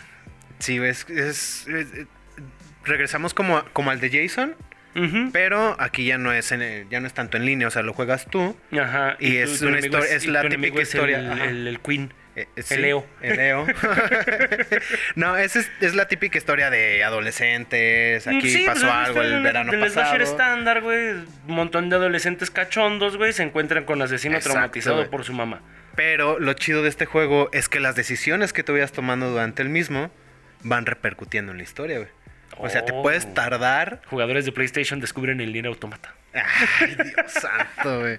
Sí, es, es- es- eh, regresamos como, a- como al de Jason, Ujú. pero aquí ya no es en el- ya no es tanto en línea, o sea, lo juegas tú. Ajá. Y es tu una enemigo historia- es y la tu enemigo típica es historia, El, ajá. el- el Queen. eh, eh, sí, El Leo. El Leo. no, esa es, es la típica historia de adolescentes, aquí Sí, pues, pasó es algo el del- verano del pasado. slasher estándar, güey. Un montón de adolescentes cachondos, güey, se encuentran con asesino Exacto, traumatizado güey. por su mamá. Pero lo chido de este juego es que las decisiones que tú vayas tomando durante el mismo van repercutiendo en la historia, güey. O sea, te Oh. puedes tardar. Jugadores de PlayStation descubren el Nier Automata. Ay, Dios santo, güey.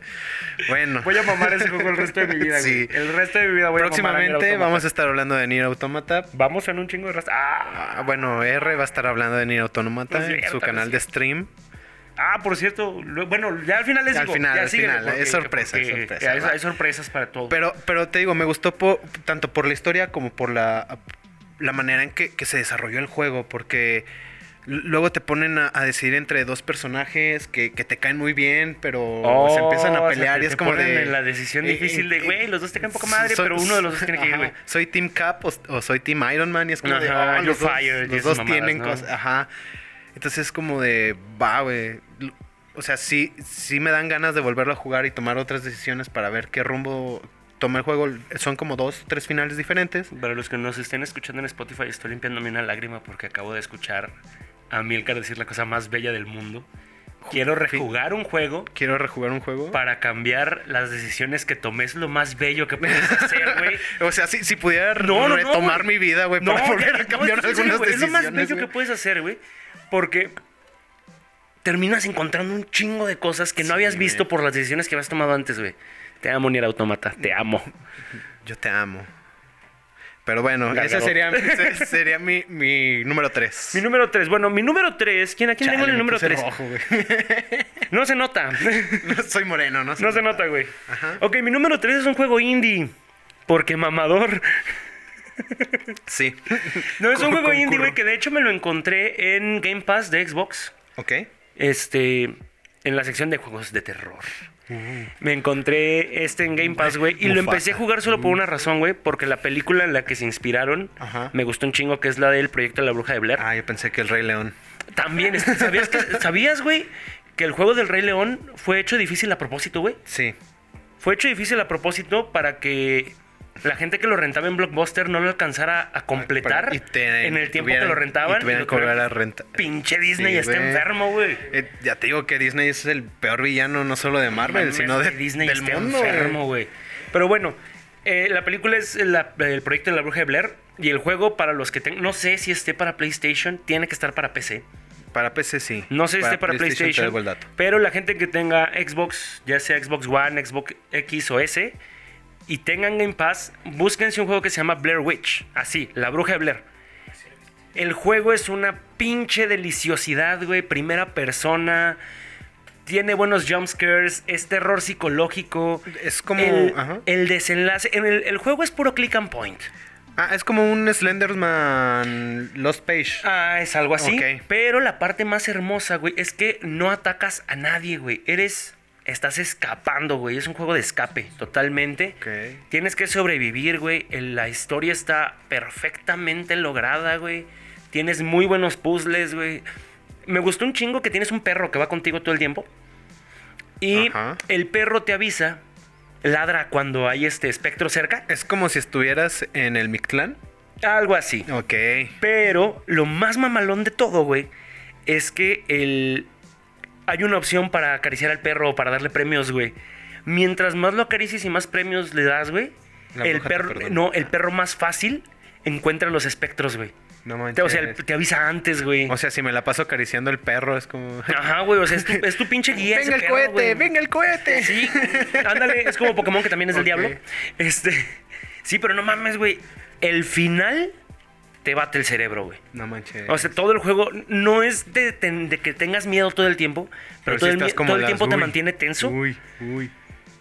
Bueno. Voy a mamar ese juego el resto de mi vida, Sí. güey. El resto de mi vida voy a mamar a Próximamente Nier vamos Automata. a estar hablando de Nier Automata. Vamos en un chingo de raza. Ah, Ah, bueno, R va a estar hablando de Nier Automata No es en cierto, su no canal es de stream. ah, por cierto, lo- bueno, ya al final les Al digo. final, ya al síguele, final, es porque- sorpresa, es porque sorpresa, hay- va. hay sorpresas para todo. Pero, pero te digo, me gustó po- tanto por la historia como por la, la manera en que, que se desarrolló el juego, porque l- luego te ponen a, a decidir entre dos personajes que, que te caen muy bien, pero se empiezan a Oh, o sea, pelear te- y es te como ponen de... en la decisión eh, difícil eh, de, güey, los dos te caen poca madre, soy- pero uno de los dos tiene que ir, ajá, güey. Soy Team Cap o, o soy Team Iron Man y es como de, Ajá, oh, you're los dos, fired, y los esas dos mamadas, tienen ¿no? cosas, ajá. Entonces es como de, va, güey. L- O sea, sí, sí me dan ganas de volverlo a jugar y tomar otras decisiones para ver qué rumbo toma el juego. Son como dos, tres finales diferentes. Para los que nos estén escuchando en Spotify, estoy limpiándome una lágrima porque acabo de escuchar a Milka decir la cosa más bella del mundo. Quiero rejugar un juego Quiero rejugar un juego. para cambiar las decisiones que tomé. Es lo más bello que puedes hacer, güey. O sea, si, si pudiera No, no, no, retomar güey. mi vida, güey, para volver a no, cambiar esto es en serio, algunas güey, decisiones. Es lo más bello güey. que puedes hacer, güey. Porque terminas encontrando un chingo de cosas que no Sí, habías güey. visto por las decisiones que habías tomado antes, güey. Te amo, Nier Automata. Te amo. Yo te amo. Pero bueno, Gargaro. ese sería, ese sería mi, mi número 3. Mi número 3. Bueno, mi número 3. ¿Quién, ¿A quién tengo en el número 3? No se nota. Soy moreno, ¿no? No se nota, güey. Ajá. Ok, mi número 3 es un juego indie. Porque mamador. Sí. No, es un Con- juego concurro. indie, güey, que de hecho me lo encontré en Game Pass de Xbox. Ok. Este. En la sección de juegos de terror. Me encontré este en Game Pass, güey. Y lo Mm. Mufasa. Mm. empecé a jugar solo por una razón, güey. Porque la película en la que se inspiraron Ajá. me gustó un chingo, que es la del proyecto de la bruja de Blair. Ah, yo pensé que el Rey León. También, este, ¿sabías, que- ¿sabías, güey? Que el juego del Rey León fue hecho difícil a propósito, güey. Sí. Fue hecho difícil a propósito para que la gente que lo rentaba en Blockbuster no lo alcanzara a completar Y te- en el tiempo tuvieran- que lo rentaban. y tuvieran lo que volver tuvieron- a renta- Pinche Disney Sí, está güey. enfermo, güey. Eh, ya te digo que Disney es el peor villano, no solo de Marvel, Mames, sino de, que Disney del está mundo. enfermo, güey. Pero bueno, eh, la película es la- el proyecto de la bruja de Blair. Y el juego, para los que tengan. No sé si esté para PlayStation, tiene que estar para PC. Para PC sí. No sé si esté para PlayStation. te debo el dato. Pero la gente que tenga Xbox, ya sea Xbox One, Xbox X o S, y tengan Game Pass, búsquense un juego que se llama Blair Witch. Así, la bruja de Blair. El juego es una pinche deliciosidad, güey. Primera persona. Tiene buenos jumpscares. Es terror psicológico. Es como- El, ajá. el desenlace. En el, el juego es puro click and point. Ah, es como un Slenderman Lost Page. Ah, es algo así. Ok. Pero la parte más hermosa, güey, es que no atacas a nadie, güey. Eres Estás escapando, güey. Es un juego de escape, totalmente. Ok. Tienes que sobrevivir, güey. El- La historia está perfectamente lograda, güey. Tienes muy buenos puzzles, güey. Me gustó un chingo que tienes un perro que va contigo todo el tiempo. Y Ajá. el perro te avisa, ladra cuando hay este espectro cerca. Es como si estuvieras en el Mictlán. Algo así. Ok. Pero lo más mamalón de todo, güey, es que el... hay una opción para acariciar al perro o para darle premios, güey. Mientras más lo acaricias y más premios le das, güey, La el bruja te perro, perdona. no, el perro más fácil encuentra los espectros, güey. No Te- manches. O sea, el- te avisa antes, güey. O sea, si me la paso acariciando el perro, es como. Ajá, güey, o sea, es tu, es tu pinche guía. Ah. ese ¡Venga el perro, cohete! güey. ¡Venga el cohete! Sí, ándale, es como Pokémon que también es del Ok. diablo. Este, sí, pero no mames, güey. El final te bate el cerebro, güey. No manches. O sea, todo el juego no es de, ten- de que tengas miedo todo el tiempo, pero, sí todo, el, estás mie- como todo el las- tiempo te uy, mantiene tenso. Uy, uy.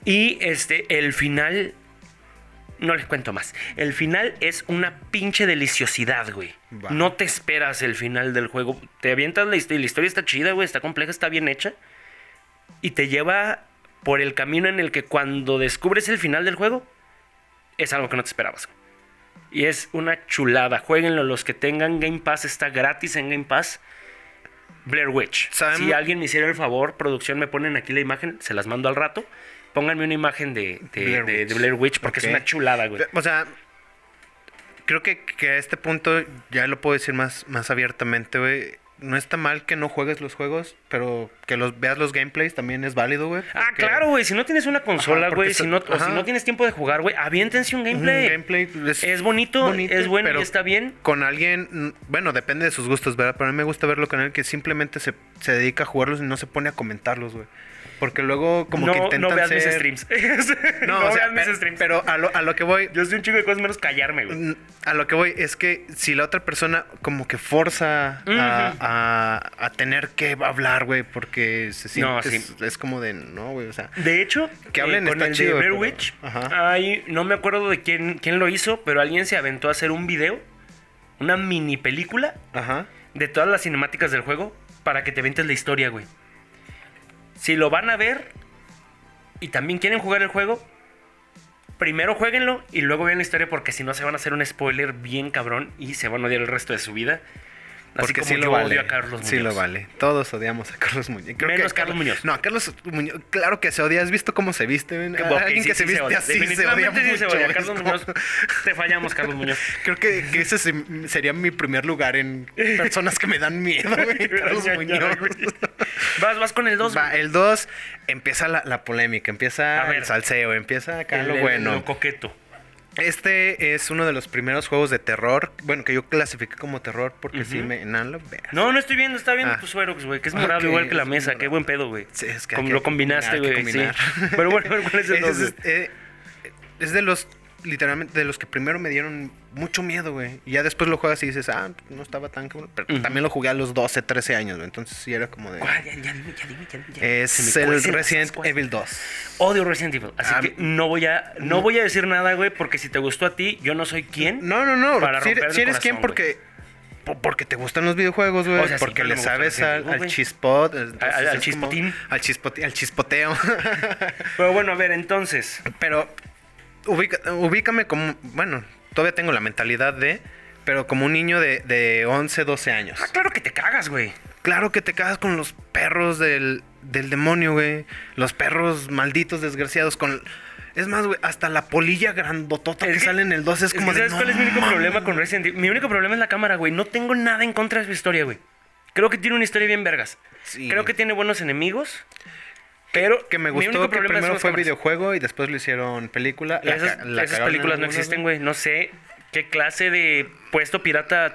Y este, el final. No les cuento más. El final es una pinche deliciosidad, güey. Va. No te esperas el final del juego. Te avientas la historia. La historia está chida, güey. Está compleja, está bien hecha. Y te lleva por el camino en el que cuando descubres el final del juego, es algo que no te esperabas. güey. Y es una chulada. Jueguenlo. Los que tengan Game Pass está gratis en Game Pass. Blair Witch. ¿Saben? Si alguien me hiciera el favor, producción, me ponen aquí la imagen, se las mando al rato. Pónganme una imagen de, de- Blair de- de Witch. Blair Witch porque Ok. es una chulada, güey. O sea, creo que, que a este punto ya lo puedo decir más, más abiertamente, güey. No está mal que no juegues los juegos, pero que los veas los gameplays también es válido, güey. Ah, porque claro, güey. Si no tienes una consola, porque güey, está- si no, o si ajá. no tienes tiempo de jugar, güey, aviéntense un un gameplay. gameplay Es bonito, es bueno y pero está bien. Con alguien, mm, bueno, depende de sus gustos, ¿verdad? Pero a mí me gusta verlo con alguien que simplemente se, se dedica a jugarlos y no se pone a comentarlos, güey. Porque luego como no, que intentan no veas mis ser- streams. No, no o sea, veas pe- mis streams. pero a lo, a lo que voy, yo soy un chico de cosas menos callarme, güey. Mm, A lo que voy es que si la otra persona como que forza Ujú. a, a- a tener que hablar, güey, porque se siente, No, sí. es, es como de, no, güey, o sea, De hecho, eh, Que hablen con está el chido, de Blair pero- Witch, ajá. hay- no me acuerdo de quién, quién lo hizo, pero alguien se aventó a hacer un video, una mini película ajá, de todas las cinemáticas del juego para que te ventes la historia, güey. Si lo van a ver y también quieren jugar el juego, primero jueguenlo y luego vean la historia porque si no se van a hacer un spoiler bien cabrón y se van a odiar el resto de su vida. Así porque como sí yo lo vale. odio a Carlos Muñoz. Sí lo vale. Todos odiamos a Carlos Muñoz. Menos Carlos Muñoz. No, a Carlos Muñoz, claro que se odia. ¿Has visto cómo se viste? ven? Que- A ok, alguien sí, que sí se viste así se odia Definitivamente sí se mucho, odia. güey, es Carlos como- Muñoz, te fallamos, Carlos Muñoz. Creo que, que ese se- sería mi primer lugar en personas que me dan miedo, güey. Carlos Ya, ya, Muñoz. güey. Vas, vas con el 2. Va, el 2 empieza la, la polémica, empieza A ver. el salseo, empieza acá lo bueno. Lo coqueto. Este es uno de los primeros juegos de terror, bueno, que yo clasifiqué como terror porque sí Ujú. me... No, lo veas. No, no estoy viendo, está viendo Ah. tus sueros, güey, que es Ah, morado ok, igual que la es mesa, qué morado. buen pedo, güey. Sí, es que Como hay lo que combinaste, combinar, hay güey, que sí. combinar. Pero bueno, a ver, ¿cuál es el Ese dos, es, güey? eh, es de los, literalmente, de los que primero me dieron mucho miedo, güey. Y ya después lo juegas y dices, ah, no estaba tan... cabrón", Pero Ujú. también lo jugué a los 12, 13 años, güey. Entonces sí era como de... ¿Cuál? Ya, ya dime, ya dime, ya dime, ya. Es Se me el cuecen las Resident ascuas. Evil 2. Odio Resident Evil, así Ah, que no voy a no voy a decir nada, güey, porque si te gustó a ti, yo no soy quien. No, no, no. Para si, eres- romperle si el eres quien corazón, porque... po- Porque te gustan los videojuegos, güey. O sea, sí, porque pero le me gusta sabes Resident al, Evil, al güey. chispot. entonces al es como- chispotín. Al chispote- al chispoteo. Pero bueno, a ver, entonces, Pero ubica- ubícame como, bueno, todavía tengo la mentalidad de, pero como un niño de, de 11, 12 años. ah, claro que te cagas, güey. Claro que te cagas con los perros del, del demonio, güey. Los perros malditos, desgraciados, con... Es más, güey, hasta la polilla grandotota que, Es que- sale en el 12 es Es que como de... ¿Sabes "No cuál es mi único mames". problema con Resident Evil? Mi único problema es la cámara, güey. No tengo nada en contra de su historia, güey. Creo que tiene una historia bien vergas. Sí. Creo que tiene buenos enemigos. Pero Que me mi único gustó que problema son primero las fue cámaras. videojuego y después lo hicieron película. La Esas, ca- la esas cagaron películas no algunas, existen, güey. No sé qué clase de puesto pirata.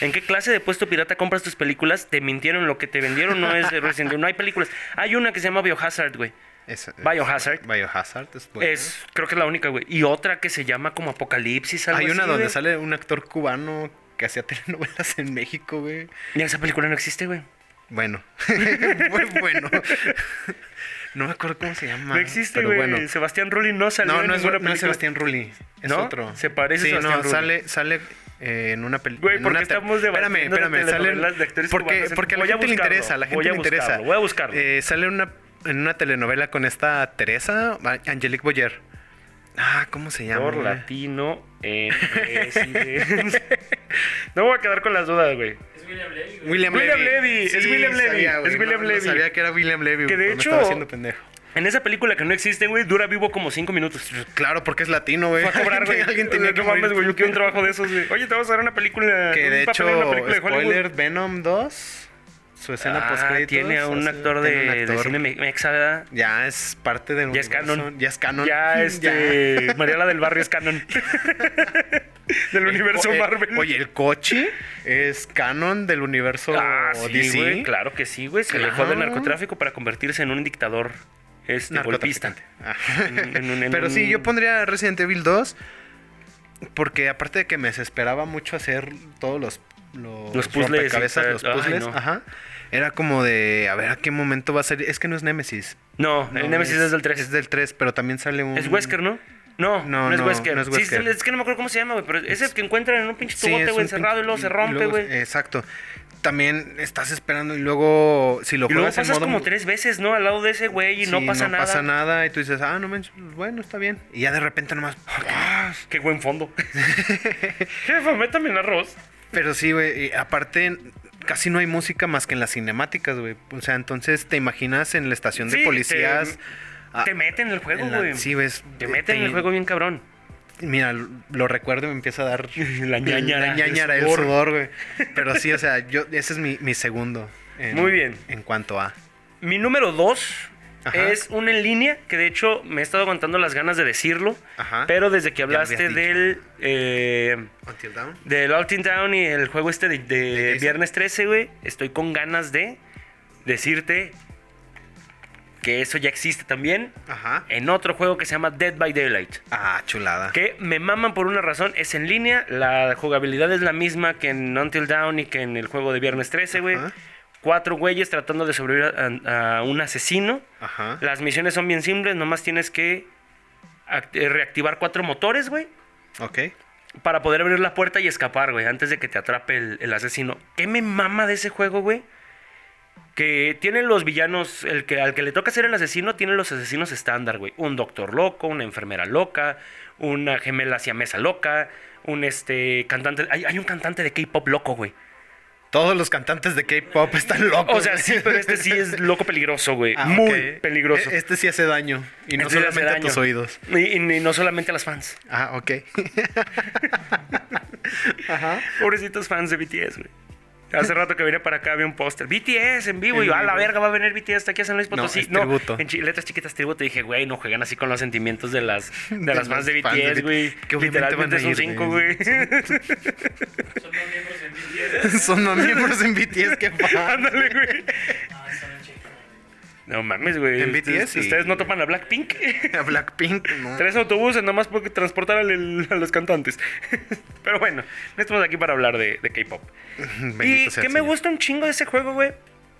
¿En qué clase de puesto pirata compras tus películas? Te mintieron, lo que te vendieron no es de Resident Evil. No hay películas. Hay una que se llama Biohazard, güey. Esa- es- Biohazard. Biohazard es buena. Es, creo que es la única, güey. Y otra que se llama como Apocalipsis. Algo Hay una así, donde güey. sale un actor cubano que hacía telenovelas en México, güey. Y esa película no existe, güey. Bueno. Muy bueno. No me acuerdo cómo se llama. No existe, Ah, pero güey. bueno. Sebastián Rulli no salió No, en no es, ninguna no es película. Sebastián Rulli. Es ¿No? otro. Se parece sí, Sebastián no, Rulli. sale, sale eh, en una película. Güey, ¿por qué estamos debatiendo Espérame, de espérame. Sale, telenovelas de actores porque cubanos? porque a la Voy a gente le buscarlo, interesa. A la voy gente a le interesa. buscarlo, voy a buscarlo. Eh, sale una en una telenovela con esta Teresa, Angelique Boyer. Ah, ¿cómo se llama? Por güey? latino en presidencia. no voy a quedar con las dudas, güey. William, William Levy, es William Levy, sabía, güey, es William no- no Levy. sabía que era William Levy. Que de güey, hecho- Me estaba haciendo pendejo. En esa película que no existe, güey, dura vivo como cinco minutos. Claro, porque es latino, güey. Va a cobrar, güey. Alguien tenía No que mames, morir. güey. Yo quiero un trabajo de esos, güey. Oye, te vas a dar una película. Que un de hecho, papel en una película de Hollywood. spoiler, Venom 2, su escena Ah, post-créditos. Tiene a un hace- actor de, tiene un de actor. cine me- mexa, ¿verdad? Ya es parte del Ya es universo, canon. Ya es canon. Ya, este. Mariela del Barrio es canon. del El universo co- el- Marvel. Oye, el coche es canon del universo Ah, sí, DC. güey, claro que sí, güey. Se alejó del Claro. narcotráfico para convertirse en un dictador este, golpista. Narcotraficante. Ah. En- en un- en Pero sí, un- yo pondría Resident Evil 2 porque aparte de que me desesperaba mucho hacer todos los los, Los puzzles, rompecabezas, eh, los ay, puzzles, no. ajá. Era como de, a ver, ¿a qué momento va a ser? Es que no es Nemesis. No, No, el Nemesis es, del 3. Es Es, del 3, pero también sale un... Wesker, ¿no? No, no, No, es no, Wesker. no es Sí, Wesker. es- es que no me acuerdo cómo se llama, güey, pero es el que encuentran en un pinche Sí, tubote, es güey, un encerrado y luego se pinche- rompe, luego- eh, güey. Exacto. También estás esperando y luego, si lo Y luego juegas en pasas modo... como tres veces, ¿no? Al lado de ese güey y sí, no pasa nada. pasa nada y tú dices, ah, no manches, bueno, está bien. Y ya de repente nomás... Ah, Qué buen fondo. Jefa, métame en arroz. Pero sí, güey, y aparte casi no hay música más que en las cinemáticas, güey. O sea, entonces te imaginas en la estación Sí, de policías. te- ah, te meten en el juego, en la- güey. Sí, ves. eh, Te meten en el juego bien cabrón. Mira, lo recuerdo y me empieza a dar La ñañara, la el ñañara, el sudor. sudor, güey. Pero sí, o sea, yo ese es mi, mi segundo. en- Muy bien. En cuanto a. Mi número dos Ajá. es un en línea que de hecho me he estado aguantando las ganas de decirlo. Ajá. Pero desde que Ya lo hablaste habías del. eh, Until Down. del All Teen Town y el juego este de, de ¿De Jason? Viernes 13, güey. Estoy con ganas de decirte que eso ya existe también Ajá. en otro juego que se llama Dead by Daylight. Ah, chulada. Que me maman por una razón, es en línea, la jugabilidad es la misma que en Until Dawn y que en el juego de Viernes 13, güey. Ajá. Cuatro güeyes tratando de sobrevivir a, a un asesino. Ajá. Las misiones son bien simples, nomás tienes que act- eh, reactivar cuatro motores, güey, Ok. para poder abrir la puerta y escapar, güey, antes de que te atrape el, el asesino. ¿Qué me mama de ese juego, güey? Que tienen los villanos, el que, al que le toca ser el asesino, tiene los asesinos estándar, güey. Un doctor loco, una enfermera loca, una gemela siamesa loca, un este cantante. Hay, hay un cantante de K-pop loco, güey. Todos los cantantes de K-pop están locos. O sea, güey. sí, pero este sí es loco peligroso, güey. Ah, Muy ok. peligroso. E- Este sí hace daño. Y no Este le hace solamente a daño. tus oídos. Y, y- y no solamente a las fans. Ah, ok. Ajá. Pobrecitos fans de BTS, güey. Hace rato que venía para acá, había un póster. BTS en vivo. En y yo, a la vivo. verga, va a venir BTS hasta aquí a San Luis No, Potosí. es tributo. en chi- letras chiquitas tributo. Y dije, güey, no juegan así con los sentimientos de las, de las fans de los fans de BTS, B- güey. que obviamente Literalmente van a son ir, cinco, güey. güey. Son no miembros en BTS que fan. Ándale, güey. No mames, güey. En BTS Ustedes, ustedes y- no topan a Blackpink. A Blackpink, no. Tres autobuses nomás porque transportar al- el- a los cantantes. Pero bueno, no estamos aquí para hablar de, de K-pop. Bendito Y sea que el me Señor. gusta un chingo de ese juego, güey.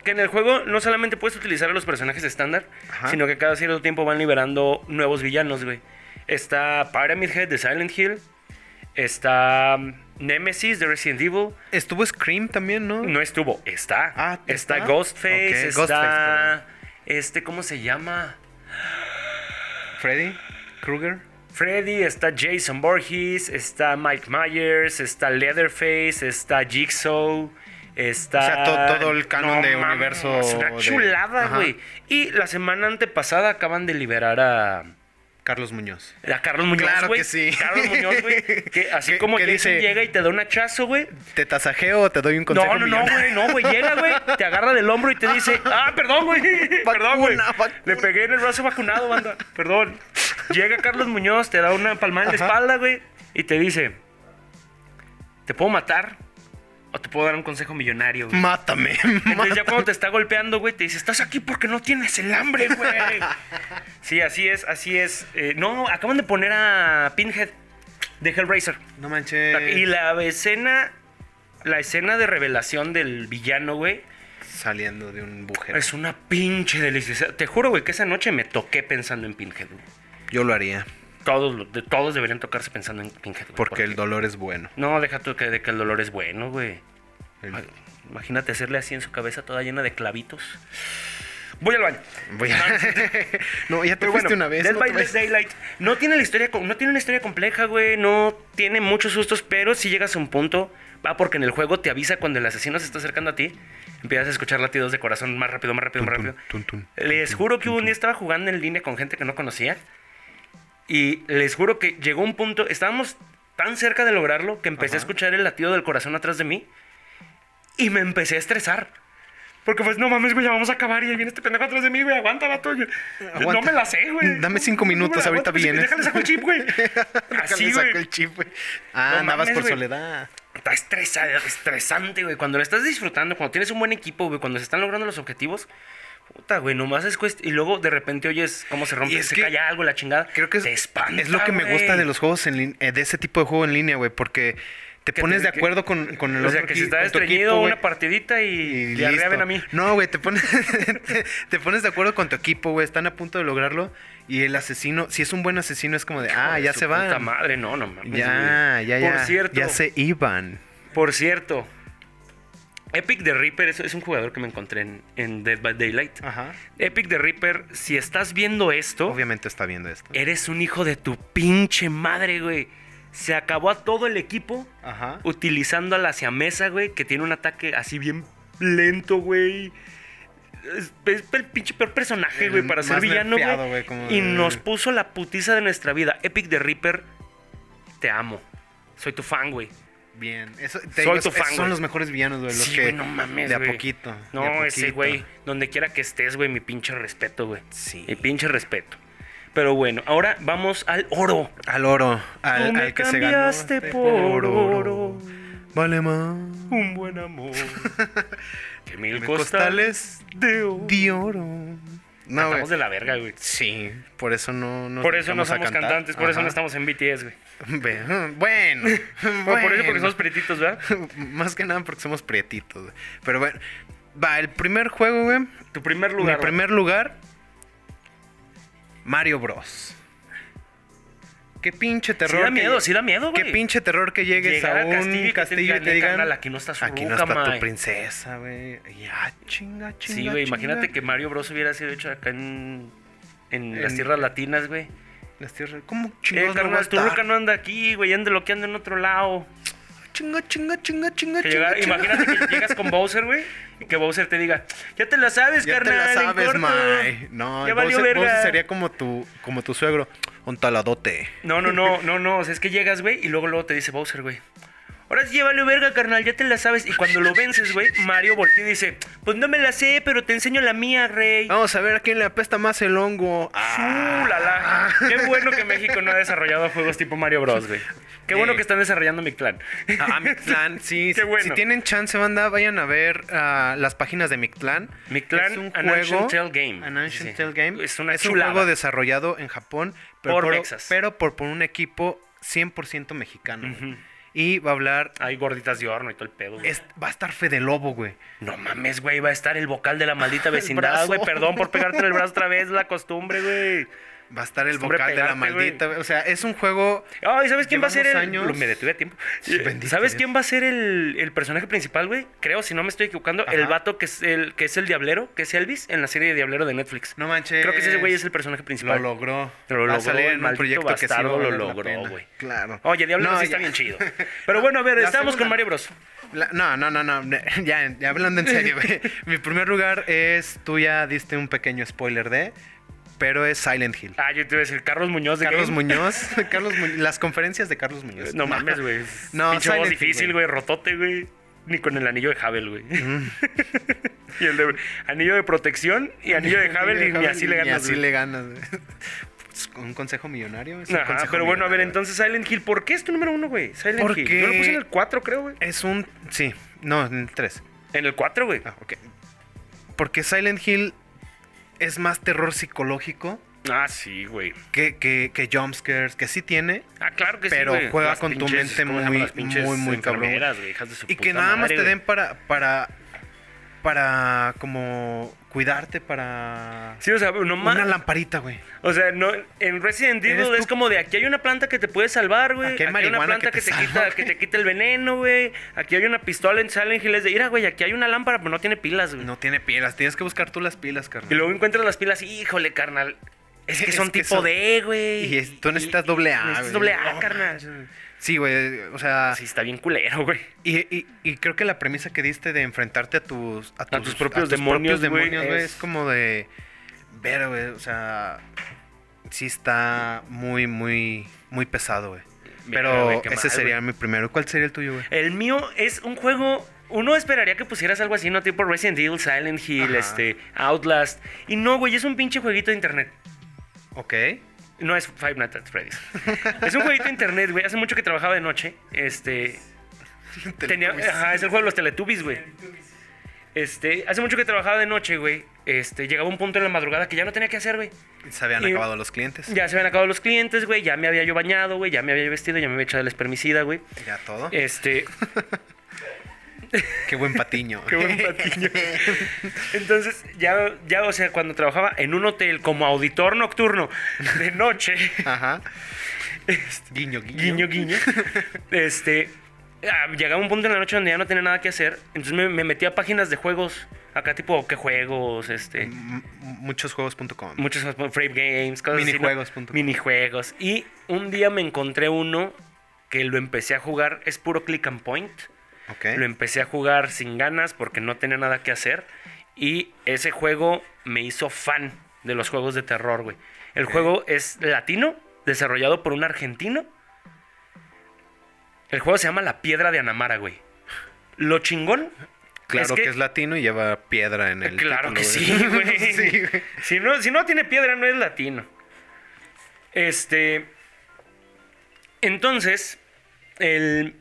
Que en el juego no solamente puedes utilizar a los personajes estándar, Ajá. sino que cada cierto tiempo van liberando nuevos villanos, güey. Está Pyramid Head de Silent Hill. Está mm, Nemesis de Resident Evil. Estuvo Scream también, ¿no? No estuvo, está. Ah, está, ¿está? Ghostface, Ok, está. Ghostface, este, ¿cómo se llama? Freddy Krueger. Freddy, está Jason Voorhees, está Mike Myers, está Leatherface, está Jigsaw, está... O sea, to- todo el canon de universo Es una de- chulada, Ajá. güey. Y la semana antepasada acaban de liberar a... Carlos Muñoz. A Carlos Muñoz, Claro güey. que sí. Carlos Muñoz, güey. Que así Que- como que Jason dice- llega y te da un hachazo, güey. ¿Te tasajeo o te doy un consejo No, no, no, güey, millonario? no, güey. Llega, güey, te agarra del hombro y te dice, ah, perdón, güey. Perdón, güey. Vacuna, vacuna. Le pegué en el brazo vacunado, banda. Perdón. Llega Carlos Muñoz, te da una palmada en la Ajá. espalda, güey, y te dice, ¿te puedo matar? O te puedo dar un consejo millonario, güey. Mátame. Entonces ya cuando te está golpeando, güey, te dice, estás aquí porque no tienes el hambre, güey. Sí, así es, así es. Eh, no, acaban de poner a Pinhead de Hellraiser. No manches. Y la escena, la escena de revelación del villano, güey, Saliendo de un bujero. es una pinche delicia. O sea, Te juro, güey, que esa noche me toqué pensando en Pinhead. güey. Yo lo haría. Todos, lo- de- todos deberían tocarse pensando en Pinhead. güey, Porque el dolor es bueno. No, deja tú que, de que el dolor es bueno, güey. El- Ah, Imagínate hacerle así en su cabeza toda llena de clavitos. Voy al baño. Voy a- no, ya te Pero fuiste bueno, una vez. Dead no by te vayas. Daylight no tiene, la historia, co- no tiene una historia compleja, güey. No tiene muchos sustos, pero si llegas a un punto, va porque en el juego te avisa cuando el asesino se está acercando a ti. Empiezas a escuchar latidos de corazón más rápido, más rápido, más rápido. Tun, tun, tun, Les juro que un día estaba jugando en línea con gente que no conocía. Y les juro que llegó un punto, estábamos tan cerca de lograrlo que empecé a escuchar el latido del corazón atrás de mí. Y me empecé a estresar. Porque pues, no mames, güey, ya vamos a acabar y ahí viene este pendejo atrás de mí, güey, aguanta, vato. Yo- Aguanta. No me la sé, güey. Dame cinco No me la minutos, ahorita aguanto, pues, vienes. Déjale saco el chip, güey. Así, Déjale, saco güey. el chip, güey. Ah, No andabas mames, por güey. soledad. Está estresado, estresante, güey. Cuando lo estás disfrutando, cuando tienes un buen equipo, güey, cuando se están logrando los objetivos, puta, güey, nomás es cuestión. Y luego de repente oyes cómo se Y rompe, es se que- cae algo, la chingada. Creo que es, Te espanta, es lo que me güey. gusta de los juegos en lin- eh, de ese tipo de juego en línea, güey, porque te Que pones te- de que- acuerdo con, con el O sea, otro que si equi- está con tu estreñido equipo, güey, una partidita y, y ya listo. ven a mí. No, güey, te pones, te, te pones de acuerdo con tu equipo, güey, están a punto de lograrlo y el asesino, si es un buen asesino, es como de, ah, Hijo de ya su se Puta van. madre, no, no mames. Ya, güey. ya, ya. Por cierto, Ya se iban. por cierto. Epic the Reaper es, es un jugador que me encontré en, en Dead by Daylight. Ajá. Epic the Reaper, si estás viendo esto, Ah. Obviamente está viendo esto. eres un hijo de tu pinche madre, güey. Se acabó a todo el equipo Ajá. utilizando a la siamesa, güey, que tiene un ataque así bien lento, güey. Es, es el pinche peor personaje, El güey, para ser más villano, nerfeado, güey. güey, como Y de- nos puso la putiza de nuestra vida. Epic the Reaper, te amo. Soy tu fan, güey. Bien. Eso, te Soy digo, tu es- fan, son güey. los mejores villanos, güey. Los Sí, que güey, no mames, De a güey. poquito. de No, a ese poquito. güey, donde quiera que estés, güey, mi pinche respeto, güey. Sí. Mi pinche respeto. Pero bueno, ahora vamos al oro. Al oro. Al, Tú me al que se ganó. este cambiaste por oro. Vale más. Un buen amor. que mil, Mil costales. costales de oro. No, güey. Estamos de la verga, güey. Sí, por eso no nos Por eso no dedicamos a somos cantar. cantantes, por eso no Ajá. estamos en BTS, güey. Ve- Bueno. Bueno, Por eso bueno. porque somos pretitos, ¿verdad? Más que nada porque somos prietitos. güey. Pero bueno. Va, el primer juego, güey. Tu primer lugar. Mi primer lugar, Mario Bros. Qué pinche terror. terror. Sí da que- miedo, sí da miedo, güey. Qué pinche terror que llegues Llegar a al un castillo y castillo, que te digan, y te "Eh, digan, carnal, aquí no está su aquí no ruca, está tu mae". princesa, güey. Ya, chinga, chinga. Sí, güey, imagínate chinga. que Mario Bros hubiera sido hecho acá en, en las En- tierras latinas, güey. Las tierras, ¿cómo Eh, chingados no va a carnal, tu estar? ruca no anda aquí, güey, anda loqueando en otro lado. Chinga, chinga, chinga, chinga, Que chinga, llega- chinga. imagínate que llegas con Bowser, güey, y que Bowser te diga, ya te la sabes, Ya te carnal. la en sabes, corto". mae. No, ya vos, valió verga. sería como tu, como tu suegro, un taladote. No, no, no, no, no. O sea, es que llegas, güey, y luego luego te dice Bowser, güey. Ahora sí, llévale verga, carnal, ya te la sabes. Y cuando lo vences, güey, Mario voltea y dice, pues no me la sé, pero te enseño la mía, rey. Vamos a ver a quién le apesta más el hongo. ¡Sú, la, la! Ah. Qué bueno que México no ha desarrollado juegos tipo Mario Bros, güey. Qué bueno Eh. Ah, que están desarrollando mi clan. A, a Mictlán, sí. Qué si- bueno. Si tienen chance, banda, vayan a ver ah, las páginas de Mictlán. Mictlán, An Ancient Tale Game. An Ancient Sí. Tale Game. Es una un chulada. juego desarrollado en Japón. Pero Por por, mexas. Pero por, por un equipo 100% mexicano. güey. Ujú. Y va a hablar... Hay gorditas de horno y todo el pedo. güey. es- va a estar Fede Lobo, güey. No mames, güey, va a estar el vocal de la maldita vecindad, brazo. güey. Perdón por pegarte en el brazo otra vez, la costumbre, güey. Va a estar el Hombre, vocal de la pegarte, güey. maldita. güey. O sea, es un juego... Ay, ¿sabes quién va a ser el...? Llevamos años- Lo- Me detuve a tiempo. Sí, Eh, bendito ¿Sabes Dios. quién va a ser el, el personaje principal, güey? Creo, si no me estoy equivocando, el Ajá. vato que es el, que es el diablero, que es Elvis, en la serie de Diablero de Netflix. No manches. Creo que ese güey es el personaje Lo principal. logró. Lo va logró, a salir el en un maldito proyecto que sí va a bastardo lo valer la logró, pena. güey. Claro. Oye, Diablero No, sí está ya. bien chido. Pero bueno, a ver, La estamos con segunda. Mario Bros. La- no, no, no, no. ne- Ya, ya hablando en serio, güey. Mi primer lugar es. Tú ya diste un pequeño spoiler de. Pero es Silent Hill. Ah, yo te iba a decir Carlos Muñoz de Carlos Game. Muñoz. Carlos Muñoz. Las conferencias de Carlos Muñoz. No mames, güey. No, No, Pinche voz Silent Hill, difícil, güey. Rotote, güey. Ni con el anillo de Havel, güey. y el de anillo de protección y anillo de Havel y ni así le ganas. así güey. le ganas, güey. Pues, Un consejo millonario. es un Ajá, consejo pero bueno, a ver, millonario. entonces Silent Hill, ¿por qué es tu número uno, güey? Silent ¿Por Hill. qué? Yo lo puse en el 4, creo, güey. Es un. Sí, no, en el 3. En el 4, güey. Ah, ok. Porque Silent Hill es más terror psicológico Ah, sí, güey. que, que, que jumpscares, que sí tiene. Ah, claro que sí. Pero güey. juega Las con tu pinches- mente ¿cómo se llaman muy, las pinches muy, muy cabrón, enfermeras, güey, hijas de su Y que puta nada más madre, te güey? den para, para para como cuidarte para Sí, o sea, nomás. una lamparita, güey. O sea, no, en Resident Eres Evil es tú. como de aquí hay una planta que te puede salvar, güey. Aquí hay una marihuana planta que que te, te quita, salva, que te güey. quita el veneno, güey. Aquí hay una pistola en Silent Hill. Es de, mira, güey, aquí hay una lámpara, pero no tiene pilas, güey. No tiene pilas, tienes que buscar tú las pilas, Y carnal. luego encuentras las pilas, híjole, carnal. Es que Es son que tipo son- D, güey. Y es- tú necesitas doble A, Necesitas güey. Ah. doble A, No carnal. Sí, güey, o sea, Sí, está bien culero, güey. y, y- y creo que la premisa que diste de enfrentarte a tus a tus, tus propios demonios, güey, demonios, güey, es- es... como de ver, güey, o sea, sí está muy muy muy pesado, güey. Verga, Pero güey, qué ese mal, sería güey. mi primero. ¿Cuál sería el tuyo, güey? El mío es un juego. Uno esperaría que pusieras algo así, ¿no? Tipo Resident Evil, Silent Hill, Ajá. este, Outlast. Y no, güey, es un pinche jueguito de internet. Ok. No es Five Nights at Freddy's. es un jueguito de internet, güey. Hace mucho que trabajaba de noche. Este. Tenía, ajá, es el juego de los Teletubbies, güey. Este, hace mucho que trabajaba de noche, güey. Este, llegaba un punto en la madrugada que ya no tenía que hacer, güey. Se habían y- acabado los clientes. Ya, Ya se habían acabado los clientes, güey. Ya me había yo bañado, güey. Ya me había yo vestido, ya me había echado el espermicida, güey. todo. Este, Qué buen patiño. Qué buen patiño. Entonces, ya, ya, o sea, cuando trabajaba en un hotel como auditor nocturno de noche, Ajá. Guiño, guiño. Este, guiño, guiño, este, ah, llegaba un punto en la noche donde ya no tenía nada que hacer, entonces me, me metía a páginas de juegos, acá tipo, ¿qué juegos? Este, M- Muchosjuegos.com. muchos más, frame games, cosas así, ¿no? Minijuegos.com. Minijuegos. Y un día me encontré uno que lo empecé a jugar, es puro click and point. ok. Lo em-, empecé a jugar sin ganas porque no tenía nada que hacer. Y ese juego me hizo fan de los juegos de terror, güey. El Ok. juego es latino, desarrollado por un argentino. El juego se llama La Piedra de Anamara, güey. Lo chingón. Claro que... que- Eh, es latino y lleva piedra en el. Claro título, que sí, güey. Sí, güey. si, no, si no tiene piedra, no es latino. Este. Entonces, el,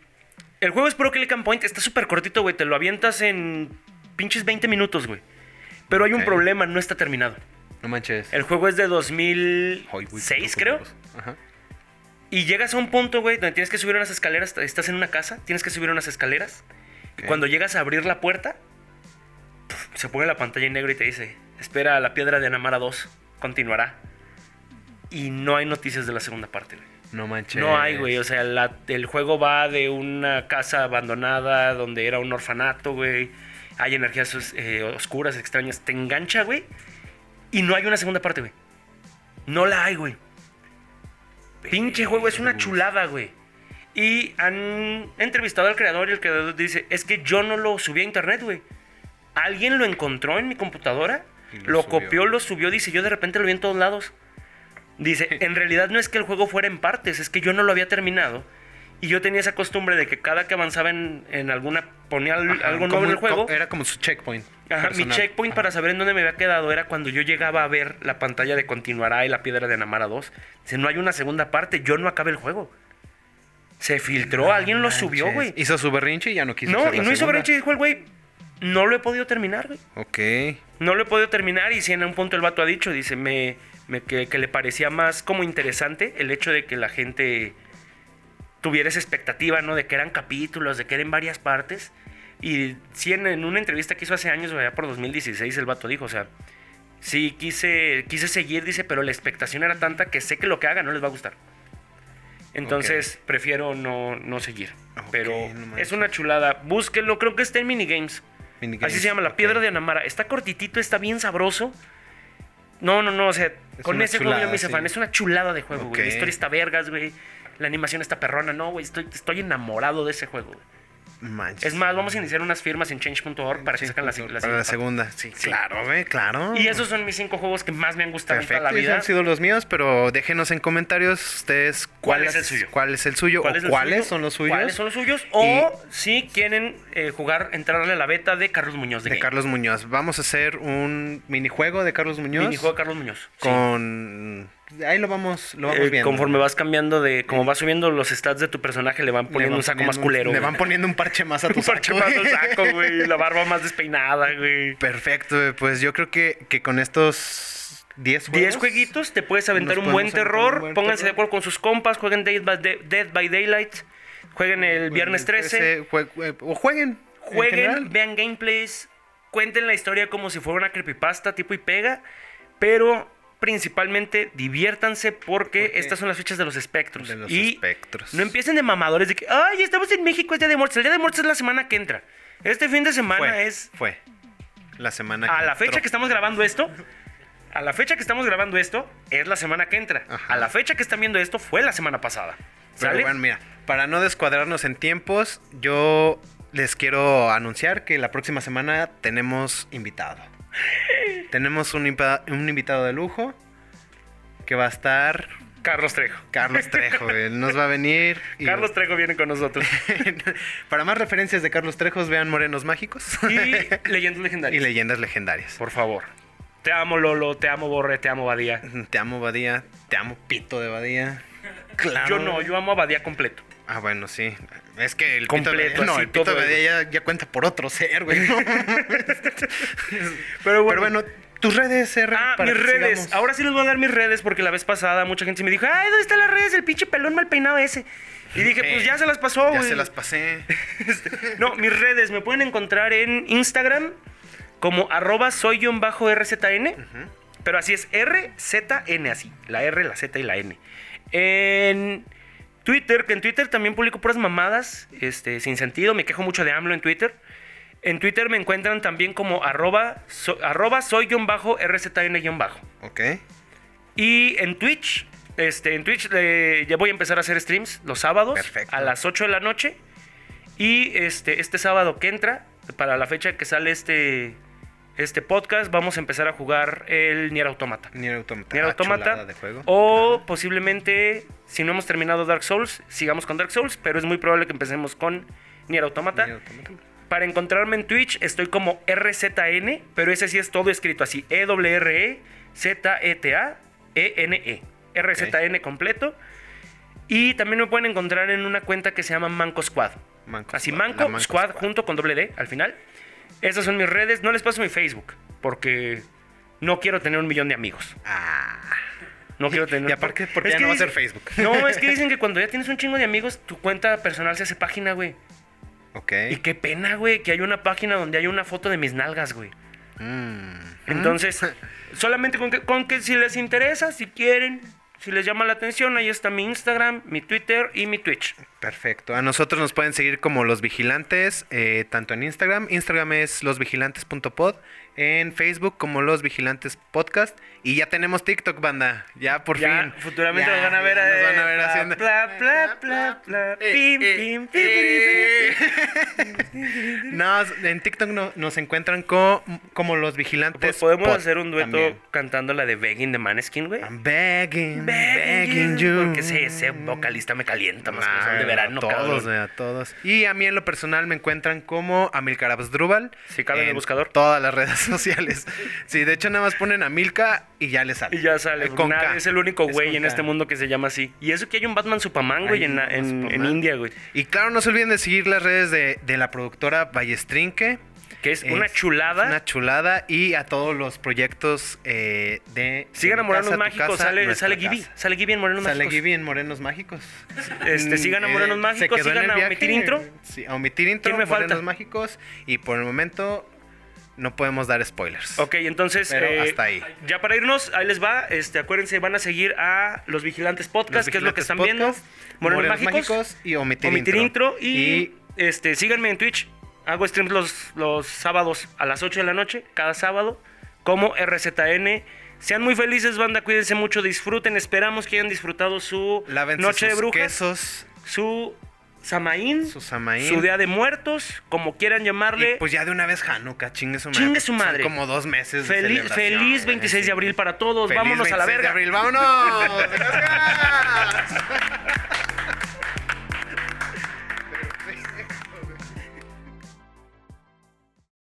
el juego es puro click and point. Está súper cortito, güey. Te lo avientas en pinches 20 minutos, güey. Pero hay un Ok. problema, no está terminado. No manches. El juego es de Ay, güey, 2006, qué creo. locos. Ajá. Y llegas a un punto, güey, donde tienes que subir unas escaleras. Estás en una casa, tienes que subir unas escaleras. Y Ok. cuando llegas a abrir la puerta, pf, se pone la pantalla en negro y te dice: Espera a la piedra de Anamara 2, continuará. Y no hay noticias de la segunda parte, güey. No manches. No hay, güey. O sea, la- el juego va de una casa abandonada donde era un orfanato, güey. Hay energías os- eh, oscuras, extrañas. Te engancha, güey. Y no hay una segunda parte, güey. No la hay, güey. Pinche juego, es una chulada, güey. Y han entrevistado al creador y el creador dice, es que yo no lo subí a internet, güey. Alguien lo encontró en mi computadora, Y lo lo subió. copió, lo subió, dice, yo de repente lo vi en todos lados. Dice, en realidad no es que el juego fuera en partes, es que yo no lo había terminado. Y yo tenía esa costumbre de que cada que avanzaba en, en alguna, ponía al- Ajá, algo como nuevo en el un- juego. co- Era como su checkpoint. Ajá, mi personal. checkpoint para saber en dónde me había quedado era cuando yo llegaba a ver la pantalla de Continuará y la piedra de Namara 2. Dice, no hay una segunda parte, yo no acabé el juego. Se filtró, alguien lo subió, Manches. güey. Hizo su berrinche y ya no quiso. No, hacer y la no hizo segunda. brecha y dijo el güey, no lo he podido terminar, güey. Ok. No lo he podido terminar y si en un punto el vato ha dicho, dice, me, me- que, que le parecía más como interesante el hecho de que la gente tuviera esa expectativa, ¿no? De que eran capítulos, de que eran varias partes. Y sí, en, en una entrevista que hizo hace años, allá por 2016, el vato dijo, o sea, sí, quise, quise seguir, dice, pero la expectación era tanta que sé que lo que haga no les va a gustar. Entonces, prefiero no, no seguir. Ok, pero no manches. es una chulada. Búsquenlo, creo que está en minigames. Minigames, Así se llama, la ok. piedra de Anamara. Está cortitito, está bien sabroso. No, no, no, o sea, Es con una ese chulada, juego yo me hice sí. fan. Es una chulada de juego, güey. La Ok. historia está vergas, güey. La animación está perrona, no, güey. Estoy, estoy enamorado de ese juego. güey. Manches. Es más, vamos a iniciar unas firmas en change.org para que saquen la, la Para siguiente la parte. segunda. Sí, Sí. claro, güey, claro. Y esos son mis cinco juegos que más me han gustado en toda Perfecto, la esos vida. han sido los míos, pero déjenos en comentarios ustedes ¿Cuál cuál es el suyo? ¿Cuál es el suyo? ¿Cuál o es el ¿Cuáles suyo? son los suyos? ¿Cuáles son los suyos? O si quieren eh, jugar, entrarle a la beta de Carlos Muñoz. de De, Game. Carlos Muñoz. Vamos a hacer un minijuego de Carlos Muñoz. Minijuego de Carlos Muñoz. sí. con ahí lo vamos lo vamos Eh, viendo. Eh. Conforme vas cambiando de. Como vas subiendo los stats de tu personaje, le van Le poniendo van un saco más poniendo culero. Le güey. van poniendo un parche más a tu un parche saco. más al saco, güey. La barba más despeinada, güey. Perfecto, güey, pues yo creo que, que con estos 10 juegos 10 jueguitos, te puedes aventar Pues, Nos un buen podemos aventar terror. un buen Pónganse terror. de acuerdo con sus compas. Jueguen Dead by, Day- Dead by Daylight. Jueguen el güey, viernes 13. Pues, jue- jue- o jueguen. en Jueguen, general. vean gameplays. cuenten la historia como si fuera una creepypasta tipo y pega, pero principalmente diviértanse porque Porque- estas son las fechas de los espectros. De los y espectros. No empiecen de mamadores de que, ay, estamos en México, es Día de Muertos. El Día de Muertos es la semana que entra. Este fin de semana fue, es fue. La semana a la fecha entró. que estamos grabando esto, a la fecha que estamos grabando esto, es la semana que entra. Ajá. A la fecha que están viendo esto, fue la semana pasada. Pero ¿Sale? bueno, mira, para no descuadrarnos en tiempos, yo les quiero anunciar que la próxima semana tenemos invitado. tenemos un, impa- un invitado de lujo que va a estar Carlos Trejo. Carlos Trejo. Él nos va a venir. y- Carlos Trejo viene con nosotros. para más referencias de Carlos Trejos, vean Morenos Mágicos Y leyendas y legendarias. leyendas legendarias. Por favor. Te amo Lolo, te amo Borre, te amo Badía. Te amo, Badía. Te amo, Pito de Badía. Claro. Yo no, yo amo a Badía completo. Ah, bueno, sí. Es que el Completo, pito de Badía- no, así, el pito todo, de Badía ya, ya cuenta por otro ser, güey. ¿no? Pero Pero bueno, tus redes, R, Ah, para mis que redes. sigamos. Ahora sí les voy a dar mis redes porque la vez pasada mucha gente me dijo, ay, ¿dónde están las redes? El pinche pelón mal peinado ese. Y dije, Eh, pues ya se las pasó, ya güey. se las pasé. Este, no, mis redes me pueden encontrar en Instagram como arroba soy-rzn, pero así es RZN, así, la R, la Z y la N. En Twitter, que en Twitter también publico puras mamadas, este, sin sentido, me quejo mucho de AMLO en Twitter. En Twitter me encuentran también como arroba, so- arroba soy-rzn-bajo. ok. Y en Twitch, este, en Twitch eh, ya voy a empezar a hacer streams los sábados Perfecto. a las 8 de la noche. Y este, este sábado que entra, para la fecha que sale este, este podcast, vamos a empezar a jugar el Nier Automata. Nier Automata. Nier Ah, Automata. chulada de juego. O posiblemente, si no hemos terminado Dark Souls, sigamos con Dark Souls, pero es muy probable que empecemos con Nier Automata. Nier Automata. Para encontrarme en Twitch estoy como RZN, pero ese sí es todo escrito así: E E-W-R-E-Z-E-T-A-E-N-E. RZN completo. Y también me pueden encontrar en una cuenta que se llama Manco Squad. Manco así, Squad, Manco, la Manco Squad, Squad. junto con doble D al final. Esas son mis redes. No les paso mi Facebook, porque no quiero tener un millón de amigos. Ah, No quiero tener. Y aparte, ¿por qué Es ya que no va a ser dicen- Facebook? No, es que dicen que cuando ya tienes un chingo de amigos, tu cuenta personal se hace página, güey. ok. Y qué pena, güey, que hay una página donde hay una foto de mis nalgas, güey. Mm. Entonces, solamente con que, con que si les interesa, si quieren, si les llama la atención, ahí está mi Instagram, mi Twitter y mi Twitch. Perfecto. A nosotros nos pueden seguir como Los Vigilantes, eh, tanto en Instagram. Instagram es losvigilantes.pod. En Facebook como Los Vigilantes Podcast. Y ya tenemos TikTok, banda. Ya por ya, fin. futuramente Ya, nos van a ver, ya eh, nos van a ver pla, haciendo. Pla, pla, pla, pla, Eh, pim, eh, pim, pim, eh. No, en TikTok no- nos encuentran co- como Los Vigilantes. Pues podemos Pod hacer un dueto también. cantando la de Begging de Maneskin, güey. I'm begging, begging, Begging you. Porque ese, ese vocalista me calienta más que Ay, son de verano, a todos, cabrón. güey, a todos. Y a mí en lo personal me encuentran como Amilcar Absdrúbal. Si cabe en el buscador. Todas las redes sociales. sí, de hecho nada más ponen Amilca y ya les sale. Y ya sale. Eh, con Nada, K. es el único Es güey con en K. este mundo que se llama así. Y eso que hay un Batman Superman, güey, Hay en, un la- en- Batman en Superman. India, güey. Y claro, no se olviden de seguir las redes de, de la productora Ballestrinque. Que es, una chulada. es Una chulada. Y a todos los proyectos eh, de. Sigan de a Mi Morenos Casa, Tu Mágicos, Casa, sale, Nuestra sale Gibi. Casa. Sale Gibi en Morenos Sale Mágicos. Gibi en Morenos Mágicos. Este, sigan a Morenos Eh, Mágicos, se quedó en sigan el a viaje, Omitir Intro. Sí, a omitir intro, ¿Quién me falta? Morenos Mágicos. Y por el momento no podemos dar spoilers. Ok, entonces. eh, Pero hasta ahí. Ya para irnos, ahí les va. Este, acuérdense, van a seguir a Los Vigilantes Podcast, Los que es lo que Vigilantes están Podcast, viendo. Morenos, Mágicos. y omitir, Omitir intro. y, Y este, síganme en Twitch. Hago streams los, los sábados a las 8 de la noche, cada sábado, como RZN. Sean muy felices, banda, cuídense mucho, disfruten. Esperamos que hayan disfrutado su lávense noche de sus brujas. quesos. su Samaín, Su Samaín. su Día de Muertos, como quieran Y llamarle. pues ya de una vez Hanukkah, chingue su madre. Chingue su Son madre. como dos meses de feliz, celebración, feliz güey, 26 sí. de abril para todos. Feliz Vámonos a la 26 de verga. abril, vámonos. Gracias.